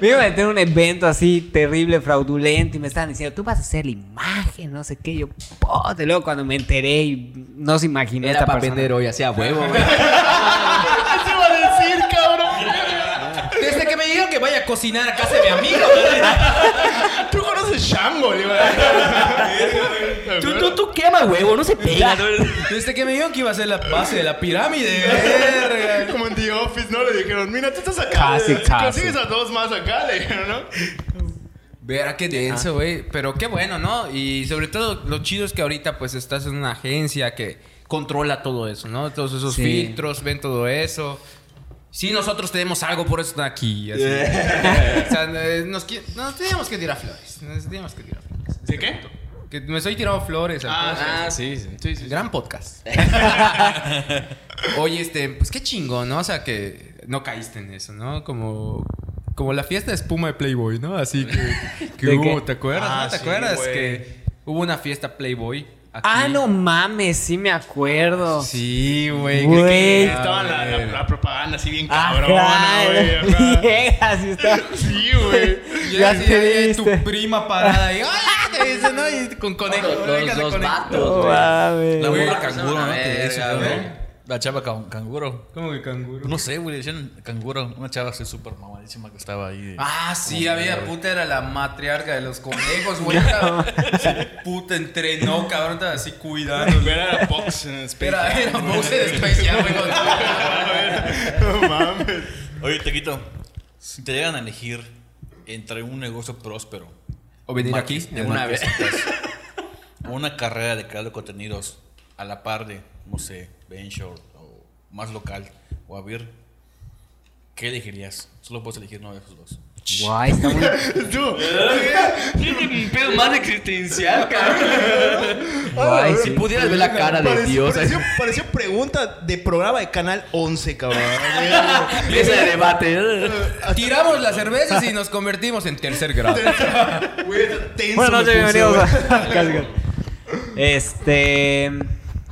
Me iba a meter en un evento así terrible, fraudulento. Y me estaban diciendo, tú vas a hacer la imagen, no sé qué. Yo, pote. Luego cuando me enteré y no se imaginó Era esta para persona. vender hoy, hacía huevo, güey. ¿Qué se iba a decir, cabrón? Desde que me dijeron que vaya a cocinar a casa de mi amigo. Tú conoces Shango, le iba a decir. Tú, tú, tú quema huevo, no se pega. Desde que me dijeron que iba a ser la base de la pirámide. Verga. Como en The Office, ¿no? Le dijeron, mira, tú estás acá. Casi, casi. Consigues a dos más acá, le dijeron, ¿no? Verá qué denso, güey. Pero qué bueno, ¿no? Y sobre todo, lo chido es que ahorita, pues, estás en una agencia que controla todo eso, ¿no? Todos esos Sí. filtros, ven todo eso. Sí, nosotros tenemos algo por eso están aquí. así. o sea, eh, nos, qui- nos teníamos que tirar flores. Nos teníamos que tirar flores. ¿De qué? Ah, Que me estoy tirando flores. al podcast. Ah, sí, sí. Gran podcast. Oye, este, pues qué chingo, ¿no? O sea, que no caíste en eso, ¿no? Como, como la fiesta de espuma de Playboy, ¿no? Así que, que ¿De hubo, qué? ¿te acuerdas? Ah, ¿no? ¿Te sí, acuerdas güey. que hubo una fiesta Playboy? aquí? Ah, no mames, sí me acuerdo. Sí, güey. Güey. que- que- Estaba la, la- Ah, la propaganda así bien Ajá, cabrona, güey. ajá. Ah, Vieja, sí está. Sí, güey. Y Ya así, te ahí diste. tu prima parada y ¡Hola! Te dice, ¿no? Y con conejo. Los, los orejas de dos conejo. vatos, No güey. mames. La Güey, burra canguro, ¿no? Que verga, eso, ¿no? güey. La chava ca- canguro. ¿Cómo que canguro? No sé, güey, le decían canguro. Una chava así súper mamadísima que estaba ahí. de- Ah, sí, había puta, era la matriarca de los conejos, güey. Estaba- puta entrenó, cabrón, estaba así cuidando. Pero era Fox en Space Era, Jam, era un güey. boxer especial, güey. con- No mames. Oye, Tequito, si te llegan a elegir entre un negocio próspero O venir aquí market- de una vez. marketplace, o una carrera de crear de contenidos a la par de, no sé, Venture o más local o Avir, ¿qué elegirías? Solo puedes elegir uno de esos dos. Guay, está muy... Tú. Un pedo más existencial, cabrón. Ay, si pudieras ver la cara de Parece- Dios. Pareció, pareció pregunta de programa de Canal 11, cabrón. Ese debate. Tiramos las cervezas y nos convertimos en tercer grado. Güey, tenso Buenas noches, me puse, bienvenidos güey. a... Casi, casi. Este...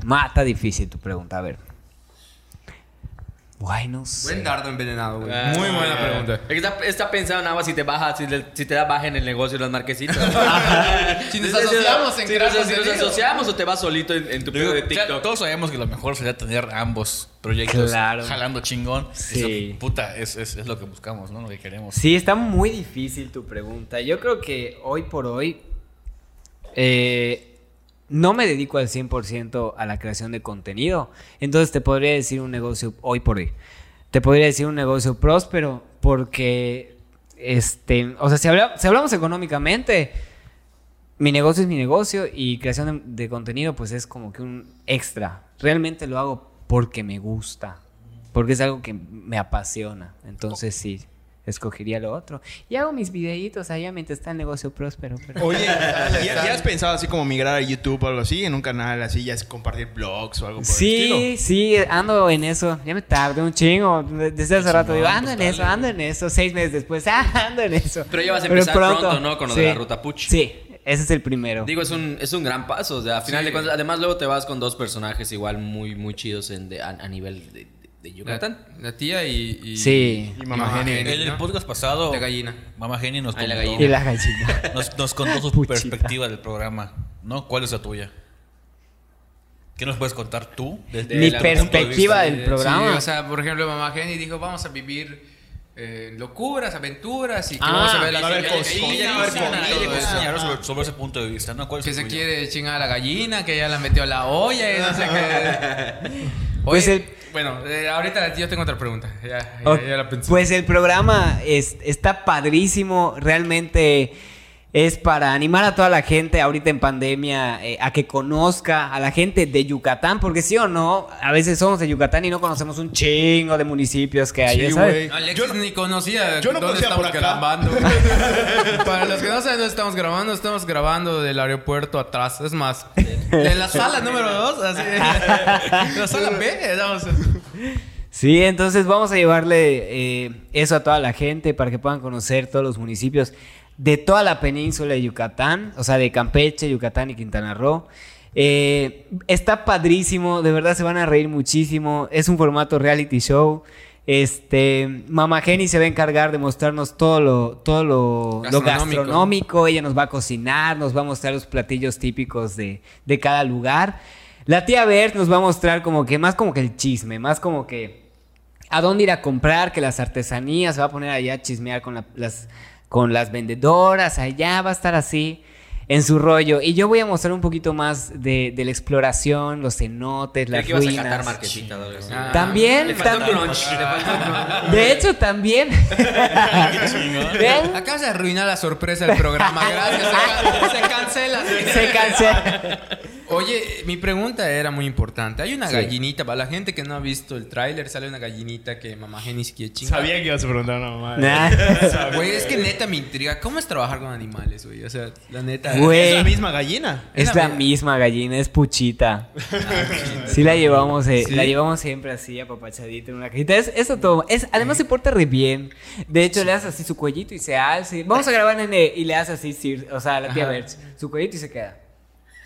Mata difícil tu pregunta, a ver. Guay, no sé. Buen dardo envenenado, güey. Ah, Muy buena pregunta. Está, está pensado nada más si te baja, si, le- si te da baja en el negocio de las marquesitas. Si nos asociamos en si crear nos, si nos contenido. asociamos o te vas solito en, en tu Digo, pedo de ya TikTok. todos sabemos que lo mejor sería tener ambos proyectos Claro. jalando chingón. Sí. Es lo que- puta, es, es- es lo que buscamos, ¿no? Lo que queremos. Sí, está muy difícil tu pregunta. Yo creo que hoy por hoy eh, no me dedico al 100% a la creación de contenido. Entonces te podría decir un negocio hoy por hoy. Te podría decir un negocio próspero porque, este, o sea, si, habla- si hablamos económicamente, mi negocio es mi negocio y creación de, de contenido pues es como que un extra. Realmente lo hago porque me gusta, porque es algo que me apasiona. Entonces sí, escogería lo otro. Y hago mis videitos allá mientras está el negocio próspero. pero- Oye, ¿ya, ya has pensado así como migrar a YouTube o algo así? En un canal así, ya es compartir blogs o algo por el Sí, estilo. sí, ando en eso. Ya me tardé un chingo. Desde hace rato digo, chingón, ando en pues eso, dale, ando en eso. Seis meses después, ah, ando en eso. Pero ya vas a empezar pronto, ¿no? Con lo de la ruta Puch. Sí, ese es el primero. Digo, es un, es un gran paso. O sea, a final de cuentas, además luego te vas con dos personajes igual muy, muy chidos en, de- a, a nivel de, de- de La, Yucatán. la tía y. ah. y- sí. Y mamá En Genia. el ¿no? podcast pasado, La gallina. Mamá Geni nos Ay, la contó- Y la gallina. Nos, nos contó su Puchita. perspectiva del programa, ¿no? ¿Cuál es la tuya? ¿Qué nos puedes contar tú? Desde Mi la- tu punto de perspectiva vista? del programa. Sí, o sea, por ejemplo, mamá Jenny dijo, vamos a vivir eh, locuras, aventuras y que Ah, vamos a ver va a la haber cocina, Ella va a haber cocina, comida, ella todo eso. cocina, ahora sobre, sobre ese punto de vista, ¿no? ¿Cuál es Pues Que el se tuyo? quiere chingar a la gallina, que ya la metió a la olla y no sé qué. Oye, Pues el- Bueno, eh, ahorita yo tengo otra pregunta. Ya, ya- Ok, ya la pensé. Pues el programa es- está padrísimo, realmente es para animar a toda la gente ahorita en pandemia eh, a que conozca a la gente de Yucatán, porque sí o no, a veces somos de Yucatán y no conocemos un chingo de municipios que hay. Sí, Pues, ya ¿sabes? güey. Alexis Yo no- ni conocía yo no dónde conocía estamos por acá. grabando. Para los que no saben dónde estamos grabando, estamos grabando del aeropuerto atrás. Es más, de la sala número 2, así. La sala B, estamos- Sí, entonces vamos a llevarle eh, eso a toda la gente para que puedan conocer todos los municipios de toda la península de Yucatán, o sea, de Campeche, Yucatán y Quintana Roo. Eh, está padrísimo, de verdad se van a reír muchísimo. Es un formato reality show. Este, Mama Jenny se va a encargar de mostrarnos todo lo, todo lo, lo Gastronómico. gastronómico. Ella nos va a cocinar, nos va a mostrar los platillos típicos de, de cada lugar. La tía Bert nos va a mostrar como que, más como que el chisme, más como que a dónde ir a comprar, que las artesanías, se va a poner allá a chismear con, la- las, con las vendedoras, allá va a estar así en su rollo. Y yo voy a mostrar un poquito más de, de la exploración, los cenotes, Creí las que ibas a catar ruinas. marquesita. o algo así. Ah. Le También, faltó también- crunch. le faltó crunch. de hecho también. ¿Ven? Acabas de arruinar la sorpresa del programa. Gracias. Se, can- se cancela. Se cancela. Oye, mi pregunta era muy importante. Hay una gallinita, para la gente que no ha visto el tráiler, sale una gallinita que mamá Genis quiere chingar. Sabía que ibas a preguntar una mamá. Nah. Güey, es que neta me intriga. ¿Cómo es trabajar con animales, güey? O sea, la neta. Güey. Es la misma gallina. Es la misma gallina, es puchita. Sí la llevamos, eh, Sí. la llevamos siempre así apapachadita en una cajita. Es, eso todo. Es, además se porta re bien. De hecho le hace así su cuellito y se alza. y, Vamos a grabar nene y le hace así, sí, o sea, a la tía Ajá. Berch, su cuellito y se queda.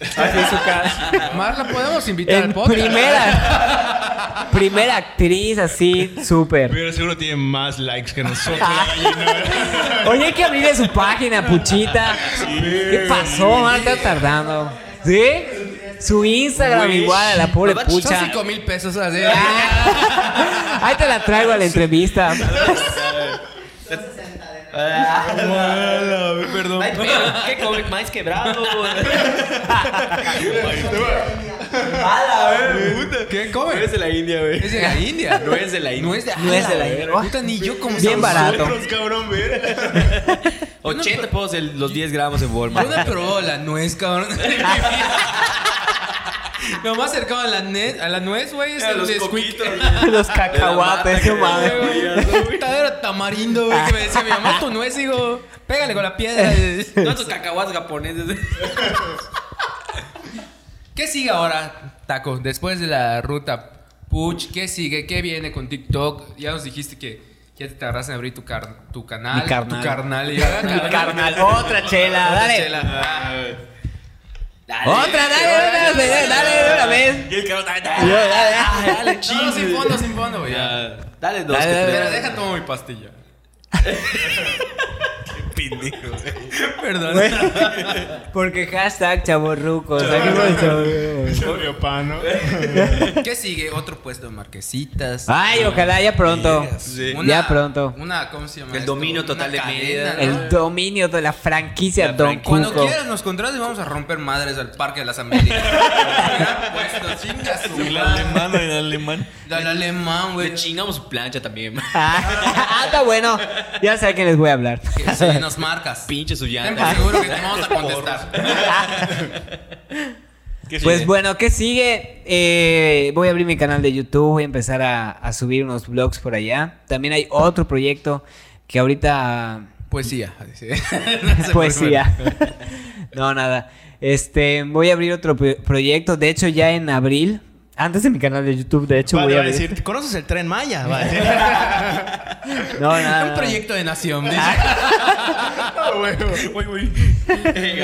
Así su cara. Mar, la podemos invitar En al podcast. primera, primera actriz así, súper. Pero seguro tiene más likes que nosotros. la gallina. Oye, hay que abrirle su página, puchita. ¿Qué pasó, Marta? Tardando. ¿Sí? Su Instagram Güey. igual a la pobre Nos va a Son pucha. 5 mil pesos así. Ah. Ahí te la traigo a la entrevista. Perdón. Ay, pero, qué cómic más quebrado. ¿Qué come? Eres de la India, güey. Es de la India. No es de la India. No es de, Ah, No es de la India. Puta, ni yo como Bien barato. cabrón, ver. 80 pesos el- los 10 gramos en Yo no he Walmart. probado la nuez, cabrón. Lo más cercano a la, ne- a la nuez, güey, es el Nesquik. Los cacahuates, no mames. Puta, era tamarindo, güey, que me decía mi mamá, tu nuez, hijo. Pégale con la piedra. No, estos cacahuates japoneses. ¿Qué sigue ahora, Taco? Después de la ruta Puch, ¿qué sigue? ¿Qué viene con TikTok? Ya nos dijiste que ya te tardaste en abrir tu, car- tu canal. Mi carnal. Tu carnal. Y ahora, Mi cabrón, carnal, otra chela, otra dale. chela. Otra, dale, dale, dale, dale, de una vez. Y el cabrón, dale, Yo, dale. dale, ah. Dale, No, chis, sin güey. fondo, sin fondo, güey. ya. Dale dos. Dale, que dale, tres. Pero deja tomo mi pastilla. Perdón. Porque hashtag chavorrucos. aquí con chavorrucos. Yo, pa, ¿no? ¿Qué sigue? Otro puesto de marquesitas. Ay, ojalá ya pronto. Sí. Ya pronto. Una, ¿cómo se llama? El esto? dominio Una total de cadena, Mérida. ¿no? El dominio de la franquicia Don Cuando Cuco. quieras nos contratas y vamos a romper madres al Parque de las Américas. Gran puesto, chinga su El madre. alemán, el alemán. Dale alemán, güey. Le Pues chingamos su plancha también. Ah, está bueno. Ya sé a quién les voy a hablar. Que se nos marcas. Pinche su Ten llanta. por seguro que te vamos a contestar. ¿Qué Pues sigue? bueno, ¿qué sigue? Eh, voy a abrir mi canal de YouTube, voy a empezar a, a subir unos vlogs por allá. También hay otro proyecto que ahorita... Poesía. dice. No sé por poesía. no, nada. Este, voy a abrir otro pro- proyecto. De hecho, ya en abril, antes de mi canal de YouTube, de hecho, Va, voy le a va a abrir... decir, ¿conoces el tren Maya? Va a decir. No, qué. nada. Ah. Un nada. proyecto de nación. dice. Uy, uy.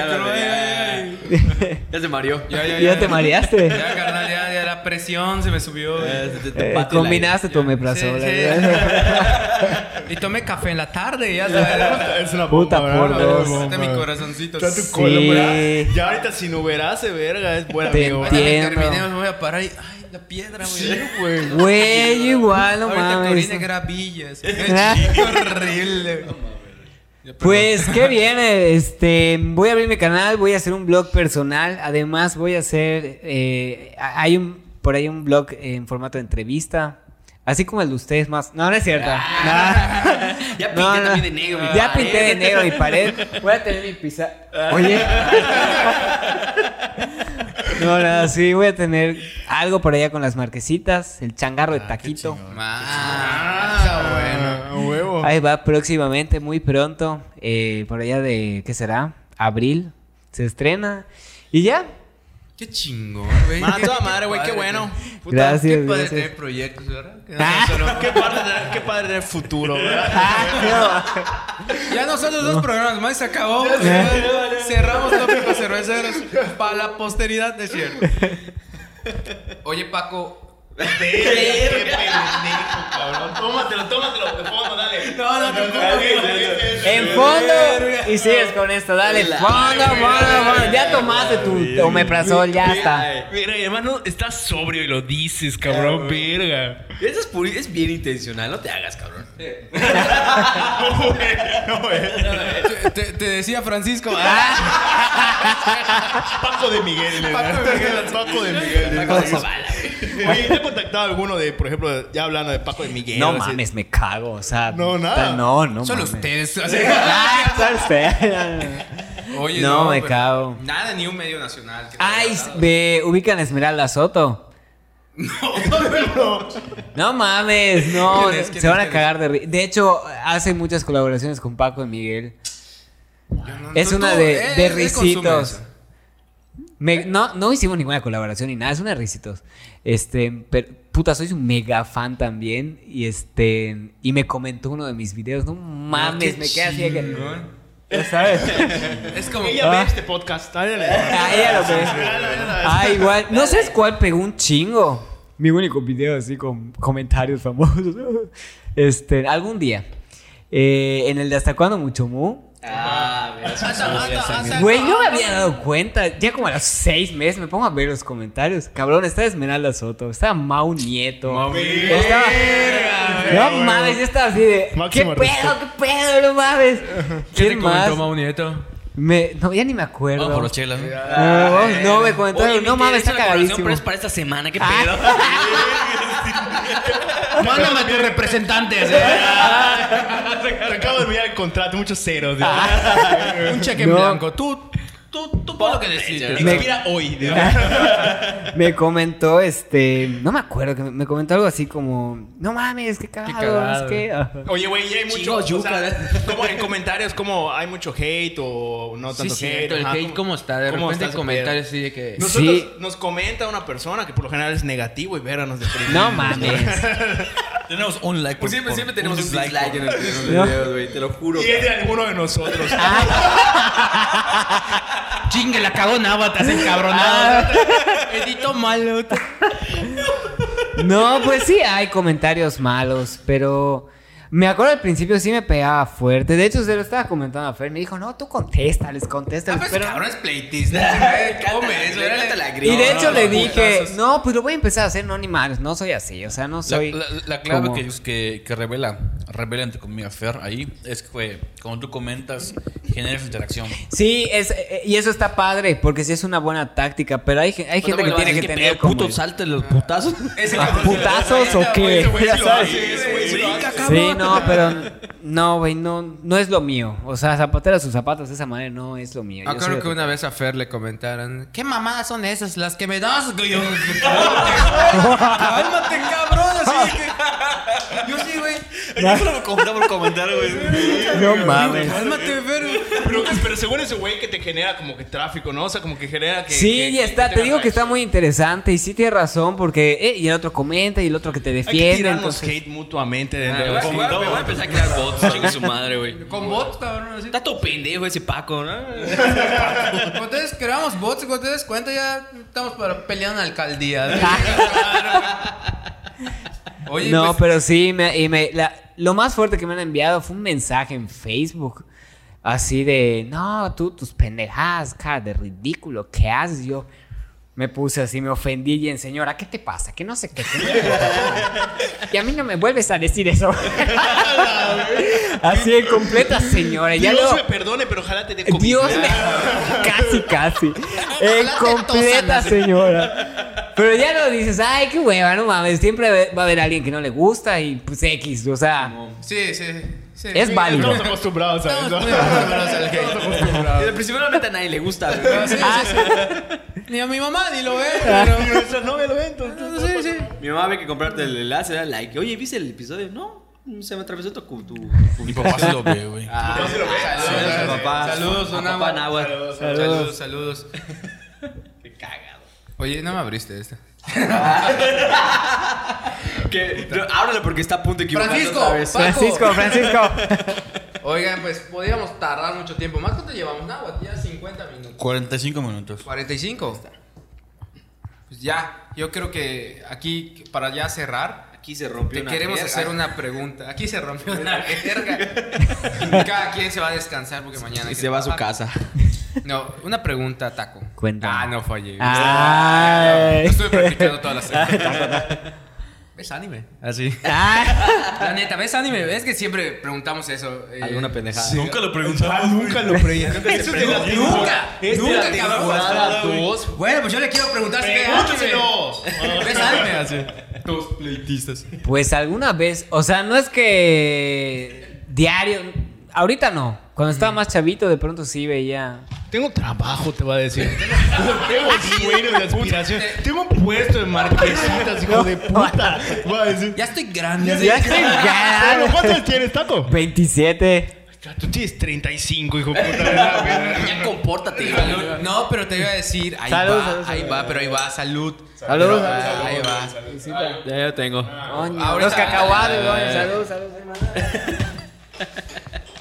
Ya se mareó. Ya, ya, Ya te mareaste. eh. Ya, carnal, ya, ya la presión se me subió. güey. Eh, combinaste tu omeprazol. Sí, sí. Y tomé café en la tarde, ya sabes. Es una Puta, bomba, por ¿verdad? Dios. Es una Está mi bomba. corazoncito. Está tu Sí. colon, ¿verdad? Ya ahorita sin uberase, verga, es buen Te amigo. entiendo. Ahorita que terminé, me voy a parar y. Ay, la piedra, güey. Sí, güey. Güey, yo igual, no Ahorita que mames. orine gravillas. Ah. Qué horrible. Pues qué bien, eh, este, voy a abrir mi canal, voy a hacer un blog personal, además voy a hacer, eh, a- hay un, por ahí un blog en formato de entrevista, así como el de ustedes más, no, no es cierto, No. Ah. Ya pinté también de negro mi ya pared. pinté de negro mi pared, voy a tener mi pizarra, oye, no, no, sí, voy a tener algo por allá con las marquesitas, el changarro de taquito, Ah, Ah, huevo. Ahí va próximamente, muy pronto, eh, por allá de, ¿qué será? Abril, se estrena. Y ya, bueno. Qué chingón, güey. Ah, Qué- toda madre, güey, qué padre, bueno. güey. Puta, Qué gracias, padre gracias. tener proyectos, ¿verdad? Que no Ah. son solo- Qué padre, tener- qué padre tener futuro, ¿verdad? Ah, qué va. Ya nosotros dos programas más se acabó. Cerramos tópicos cerveceros para la posteridad, de cierto. Oye, Paco. Qué pendejo, cabrón. Tómatelo, tómatelo, te pongo, dale. No, no, te En fondo, y sigues con esto, dale. Fondo, fondo, fondo. Ya tomaste tu omeprazol, ya está. Mira, hermano, estás sobrio y lo dices, cabrón, verga. Eso es, puri- es bien intencional, no te hagas, cabrón. No, güey, no, güey. Te, te- te decía Francisco. "Ah, Ah. Paco de Miguel, le Paco de Miguel. Paco de Miguel. Paco de Zavala, Oye, ¿te ha contactado alguno de, por ejemplo, ya hablando de Paco de Miguel? No así? mames, me cago, o sea. No, nada. No, no. Solo mames. ustedes. así. Ah, solo usted. Oye, No, me pero cago. Nada, ni un medio nacional. que te Ay, haya dado. ve, ubican a Esmeralda Soto. No mames, no, ¿Quién es? ¿Quién se van es? a cagar de risa. De hecho, hace muchas colaboraciones con Paco y Miguel. Yo no- Es tú- una tú- él- de, de él consume risitos. eso. Me- no, no hicimos ninguna colaboración ni nada, es una de risitos. Este, pero, puta, soy un mega fan también. Y este, y me comentó uno de mis videos. No mames, qué me quedé así de que. chingón. Ya sabes. Es como. Ella ve Ah. este podcast. dale. Ah, ella lo ve. Ah, igual. No sabes cuál pegó un chingo. Mi único video así con comentarios famosos. Este, algún día. Eh, en el de Hasta cuándo Mucho Mu, Ah, Hasta- hasta- hasta- Güey, no me había dado cuenta. Ya como a los seis meses me pongo a ver los comentarios. Cabrón, está Esmeralda Soto, está Mau Nieto. Estaba- Verga, No güey. mames, yo estaba así de. Máximo ¿Qué respeto. pedo? ¿Qué pedo? No mames. ¿Qué te ¿Quién más? comentó Mau Nieto? Me, no, ya ni me acuerdo. Vamos por las chelas. ¿no? Ah, oh, no, me comentaron. no mames, está cagadísimo. Pero es para esta semana, qué Ah. pedo. Mándame a tus representantes, eh. Te acabo de mirar el contrato, muchos ceros. ¿no? Un cheque en No. blanco. Tú, tú, tú pon lo que Me- decides. Me- Expira hoy. ¿no? Me comentó, este. No me acuerdo, que me, me comentó algo así como. No mames, qué cagado. cagado. Es que. ajá. Oye, güey, y hay mucho. Chingo, o sea, ¿eh? yuca. como en comentarios, como hay mucho hate o no tanto Sí, cierto, el Ajá, hate cómo está. De cómo repente está el ese comentario pedo. así de que... Nosotros Sí. nos comenta una persona que por lo general es negativo y verá nos deprime. No mames. Tenemos un like. Pues siempre- siempre tenemos un dislike. en el- en los No. videos, güey, te lo juro. Y es de alguno de nosotros. Ah, Chingue, la cagó Nava, te has encabronado. "Ah, Edito malo. No, pues sí, hay comentarios malos, pero me acuerdo al principio sí me pegaba fuerte. De hecho, se lo estaba comentando a Fer. Me dijo, no, tú contéstales, Ah, contéstales. pues pero- cabrón es pleitista. Come eso. Le dale. encanta la Y gringa. de No, hecho no, le no, dije, putazos. no, pues lo voy a empezar a hacer, no, ni madres, no soy así, o sea, no La, soy... la- la clave como- que, ellos- que, que revela, revela entre comillas Fer ahí, es que cuando tú comentas, generas interacción. Sí, es, eh, y eso está padre, porque sí es una buena táctica, pero hay, gen- hay Pues gente que tiene que tener como... puto salte los putazos. Ese Ah, cabrón- ¿Putazos o Ese qué? güey Ya sí lo sabes. hace, ese güey sí lo hace. Sí, no, pero no, güey, no, no es lo mío. O sea, zapatero a sus zapatos de esa manera no es lo mío. Ah, Yo soy claro que otro una vez a Fer le comentaron, ¿qué mamadas son esas las que me das? güey?" Yo, Cálmate, cabrón, así de que... Yo sí, güey. Yo solo me compré por comentar, güey. No mames. Cálmate, Fer. Pero, pero según ese güey que te genera como que tráfico, ¿no? O sea, como que genera que. Sí, que- y está, que te digo que reacción. está muy interesante y sí tienes razón porque eh, y el otro comenta y el otro que te Hay que defiende. tirarnos entonces- Ah, hate mutuamente. de- de- Ah, Me voy a pues, empezar a crear bots, chingue su madre, güey. Con bots, cabrón, así. Está todo pendejo ese Paco, ¿no? Cuando ustedes creamos bots, cuando te des cuenta, ya estamos para pelear una alcaldía. güey. Oye, no, pues, pero sí, me- y me- la- lo más fuerte que me han enviado fue un mensaje en Facebook. Así de, no, tú, tus pendejadas, cara de ridículo, ¿qué haces? Yo me puse así, me ofendí y en señora, ¿qué te pasa? Que no sé qué. que no sé qué". y a mí no me vuelves a decir eso. así de completa señora. Ya Eh, Dios luego- me perdone, pero ojalá te dé COVID. Dios me... casi, casi. En Ojalá te completa, tosan, así. señora. Pero ya no dices, ay, qué hueva, no mames. Siempre va a haber alguien que no le gusta y pues X, o sea... Sí, sí, sí. Es Sí, válido. Estamos acostumbrados a Estamos eso. muy acostumbrados al hate. Pero Principalmente a nadie le gusta, güey. Ah. Sí, ah, sí, sí. Ni a mi mamá ni lo ve. Pero... Nuestra novia lo ve, entonces. No, sí, sí. Mi mamá ve que comprarte el enlace, da like. Oye, ¿viste el episodio? No, se me atravesó tu... tu, tu Mi papá se lo ve, güey. Ah, sí lo ve. saludos, Saludos, a papá. saludos, a don papá Agua. Nahua. Saludos, saludos. Qué cagado. Oye, no me abriste esta. Que, no, ábrelo porque está a punto de equivocarse Francisco, otra vez. Paco. Francisco, Francisco. Oigan, pues podríamos tardar mucho tiempo más. ¿Cuánto llevamos? Nada, ya 50 minutos. 45 minutos. 45. Pues ya, yo creo que aquí, para ya cerrar, Aquí se rompió te una queremos jerga. hacer una pregunta. Aquí se rompió una jerga. Cada quien se va a descansar porque mañana. hay Y que se va a su trabajar. casa. No, una pregunta, Taco. Cuéntame. Ah, no fallé. Ah. Ay. Estuve practicando toda la semana. ¿Ves anime? Así. Ah, La neta, ¿ves anime? Es que siempre preguntamos eso. eh, Alguna pendejada. Nunca lo preguntaba. Ah, Nunca lo pregunté. Eso es de la Nunca, Es de nunca, la cabrón. temporada dos. Bueno, pues yo le quiero preguntar si ve Pregúnteselos. anime. ¿Ves anime? Así. Todos pleitistas. pues alguna vez, o sea, no es que diario, ahorita no. Cuando estaba más chavito, de pronto sí veía. Tengo trabajo, te va a decir. Tengo sueño de aspiración. Tengo un puesto de marquesitas, hijo de puta. Va a decir. Ya estoy grande. Ya estoy Pero, grande. ¿Cuántos tienes, Taco? 27. Tú tienes 35, hijo de puta. Ya compórtate. Salud. No, pero te iba a decir, ahí Salud, va, salud, ahí salud. va, pero ahí va, salud. Saludos. Ah, ahí va. Ya, ya tengo. Coño, Ahorita- Los cacahuates, coño, saludos, saludos, hermano.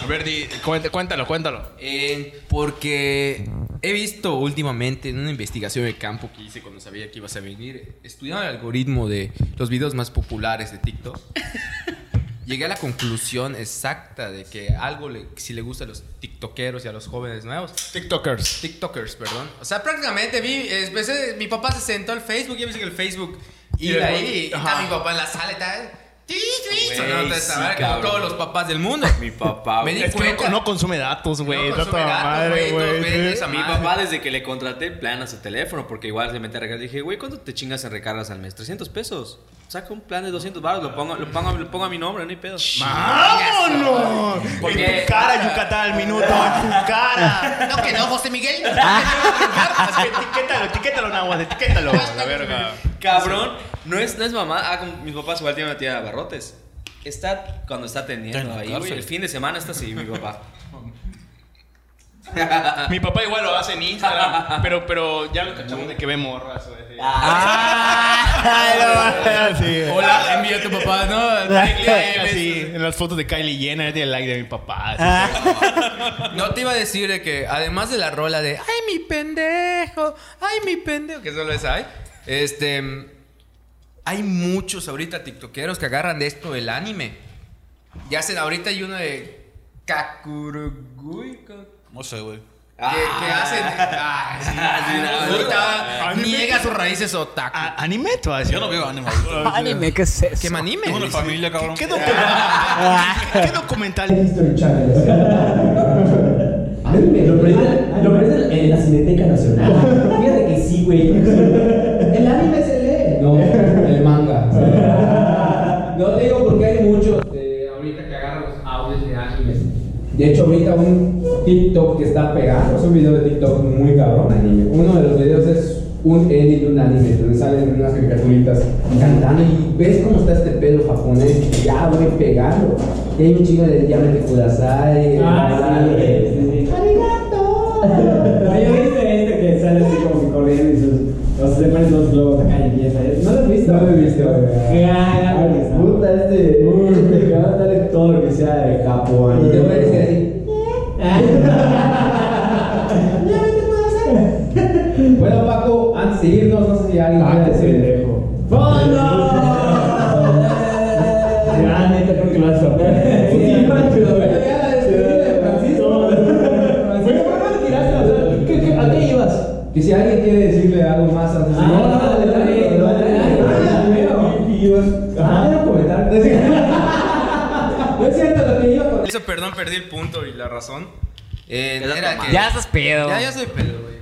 A ver, di- cuént- cuéntalo, cuéntalo. Eh, porque he visto últimamente en una investigación de campo que hice cuando sabía que ibas a venir, estudiando el algoritmo de los videos más populares de TikTok, llegué a la conclusión exacta de que algo le- si le gusta a los TikTokers tiktokeros y a los jóvenes nuevos. TikTokers. TikTokers, perdón. O sea, prácticamente vi, empecé, mi papá se sentó al Facebook, yo pensé que el Facebook Y y de el- ahí y está ajá. mi papá en la sala y tal. Sí, sí, Güey, sonó toda esa sí, madre, como cabrón. todos los papás del mundo. Mi papá, Me güey. di Es que cuenta. no, no consume datos, güey. No Tanta consume datos, madre, güey, no ve güey. esa sí. madre. Mi papá desde que le contraté plana su teléfono porque igual se mete a recargar. Dije, güey, ¿cuánto te chingas en recargas al mes? 300 pesos. Saca un plan de 200 baros, lo pongo, lo, pongo, lo pongo a mi nombre, no hay pedo. ¡Vámonos! En Porque- tu cara, Yucatán, al minuto. En tu cara. No, que no, José Miguel. No, que no. Así, Etiquétalo, etiquétalo, Nahuas, etiquétalo. La verga. Cabrón, no es, no es mamá. Ah, como mis papás igual tienen una tía de abarrotes. Está cuando está Está en teniendo la ahí, güey. cárcel. El fin de semana está así, mi papá. Mi papá igual lo hace en Instagram, pero, pero ya lo cachamos de que ve morras. o de- Ah, Hola, envía a tu papá, no. Like, así, en las fotos de Kylie Jenner, tiene el like de mi papá. así. Ah. No te iba a decir de que, además de la rola de ¡Ay, mi pendejo! ¡Ay, mi pendejo! Que solo es ay. Este. Hay muchos ahorita tiktokeros que agarran de esto el anime. Ya hacen, ahorita hay uno de. Kakurugui. ¿cómo? No sé, güey. Que, que Ah. hacen. Ay, sí, sí, no, puta, no. niega sus raíces otaku. Ah, A- Ah, anime tú así. Yo no veo anime. Anime, ¿qué es eso? que me anime. Tengo una dice. familia, cabrón. ¿Qué, documental- ¿Qué documental? Lo prestan, lo prestan en la Cineteca Nacional. Fíjate que sí, güey. El anime se lee. No, el manga. No te digo porque hay muchos eh, ahorita que agarran los audios de animes. De hecho, ahorita un TikTok que está pegado, es un video de TikTok muy cabrón, anime. Uno de los videos es un edit de un anime, donde salen unas caricaturitas cantando y ves cómo está este pedo japonés, ya, güey, pegado. Y hay un chingo de llame de Kudasai. Ah, sí, de- sí, sí. ¡Arigato! No, yo he visto este que sale así como que corriendo y sus, o sea, se ponen los globos acá y empieza. ¿eh? ¿No lo has visto? No lo he visto, güey. Ah, Ay, güey, puta, este- Uh, te va a dar en todo lo que sea de Japón. Y te voy a decir así. Bueno, Paco, antes de irnos, no sé si alguien Ah, quiere qué decir. pendejo. ¡Fondo! Ya, neta, creo que lo has tocado. Pues Sí, macho, güey. güey. Ya la despedida de Francisco. Bueno, ¿por qué lo tiraste? O sea, ¿qué- qué- ¿A qué ibas? Que si alguien quiere decirle algo más antes de No, no, no, está bien, no, está bien. Ah, era un comentario. Es cierto. No es cierto lo que iba a contar. Eso, perdón, perdí el punto y la razón. Eh, Era era tu que- madre. Ya estás pedo. Ya, ya soy pedo, güey.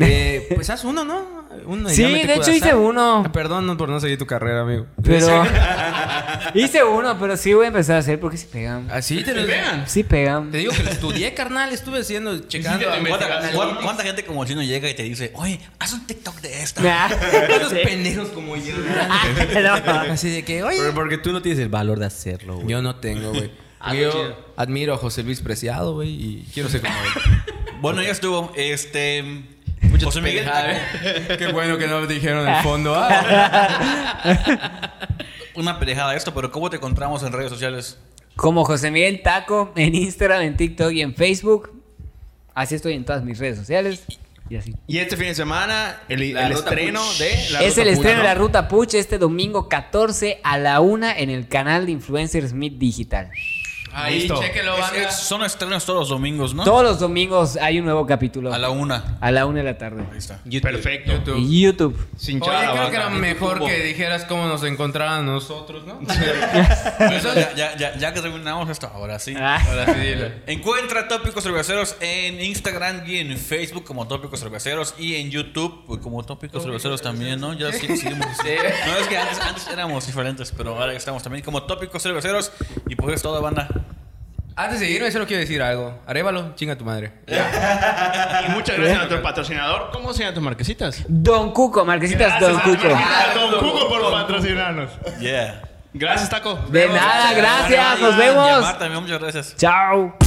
Eh, pues haz uno, ¿no? Uno y Sí, ya me te de hecho cuidas, hice ¿sabes? uno. Ah, Perdón no, por no seguir tu carrera, amigo. Pero. Hice uno, pero sí voy a empezar a hacer porque sí pegan. Así ¿Ah, te, lo Sí pegan. Te digo que lo estudié, carnal. Estuve haciendo, checando. ¿Cuánta, cuán- Analytics. cuánta gente como el chino llega y te dice, oye, haz un TikTok de esta? Nah. Esos pendejos como yo. Ah, No. Así de que, oye. Pero porque tú no tienes el valor de hacerlo, güey. Yo no tengo, güey. Ah, qué Yo chido. admiro a José Luis Preciado, güey, y quiero ser como él. Bueno, ya estuvo. Este. José Miguel. Qué bueno que no lo dijeron en el fondo. ah. Una pendejada esto, pero ¿cómo te encontramos en redes sociales? Como José Miguel Taco en Instagram, en TikTok y en Facebook. Así estoy en todas mis redes sociales. Y así. Y este fin de semana, el, La el ruta estreno Puch. de la es ruta el Puch, estreno ¿no? de la Ruta Puch este domingo 14 a la 1 en el canal de Influencers Meet Digital. Ahí, Listo. chéquelo, Es- banda. es- son estrenos todos los domingos, ¿no? Todos los domingos hay un nuevo capítulo. A la una. A la 1 de la tarde. Ahí está. Perfecto. YouTube. Y YouTube. Sin Oye, chava, creo que era banda. mejor que dijeras cómo nos encontraran nosotros, ¿no? Bueno, ya, ya, ya, ya que terminamos esto, ahora sí. Ah. Ahora sí, dile. Encuentra Tópicos Cerveceros en Instagram y en Facebook como Tópicos Cerveceros y en YouTube pues, como Tópicos Cerveceros también, ¿no? Ya sí, seguimos. No, es que antes, antes éramos diferentes, pero ahora ya estamos también como Tópicos Cerveceros y pues es todo, banda. Antes de irme, solo quiero decir algo. Arevalo, chinga tu madre. Y muchas gracias a nuestro patrocinador. ¿Cómo se llaman tus marquesitas? Don Cuco, Marquesitas Don Cuco. Gracias, Don Cuco, por patrocinarnos. Yeah. Gracias, Taco. De nada, gracias. Nos Vayan a vemos. llamar también, muchas gracias. Chao.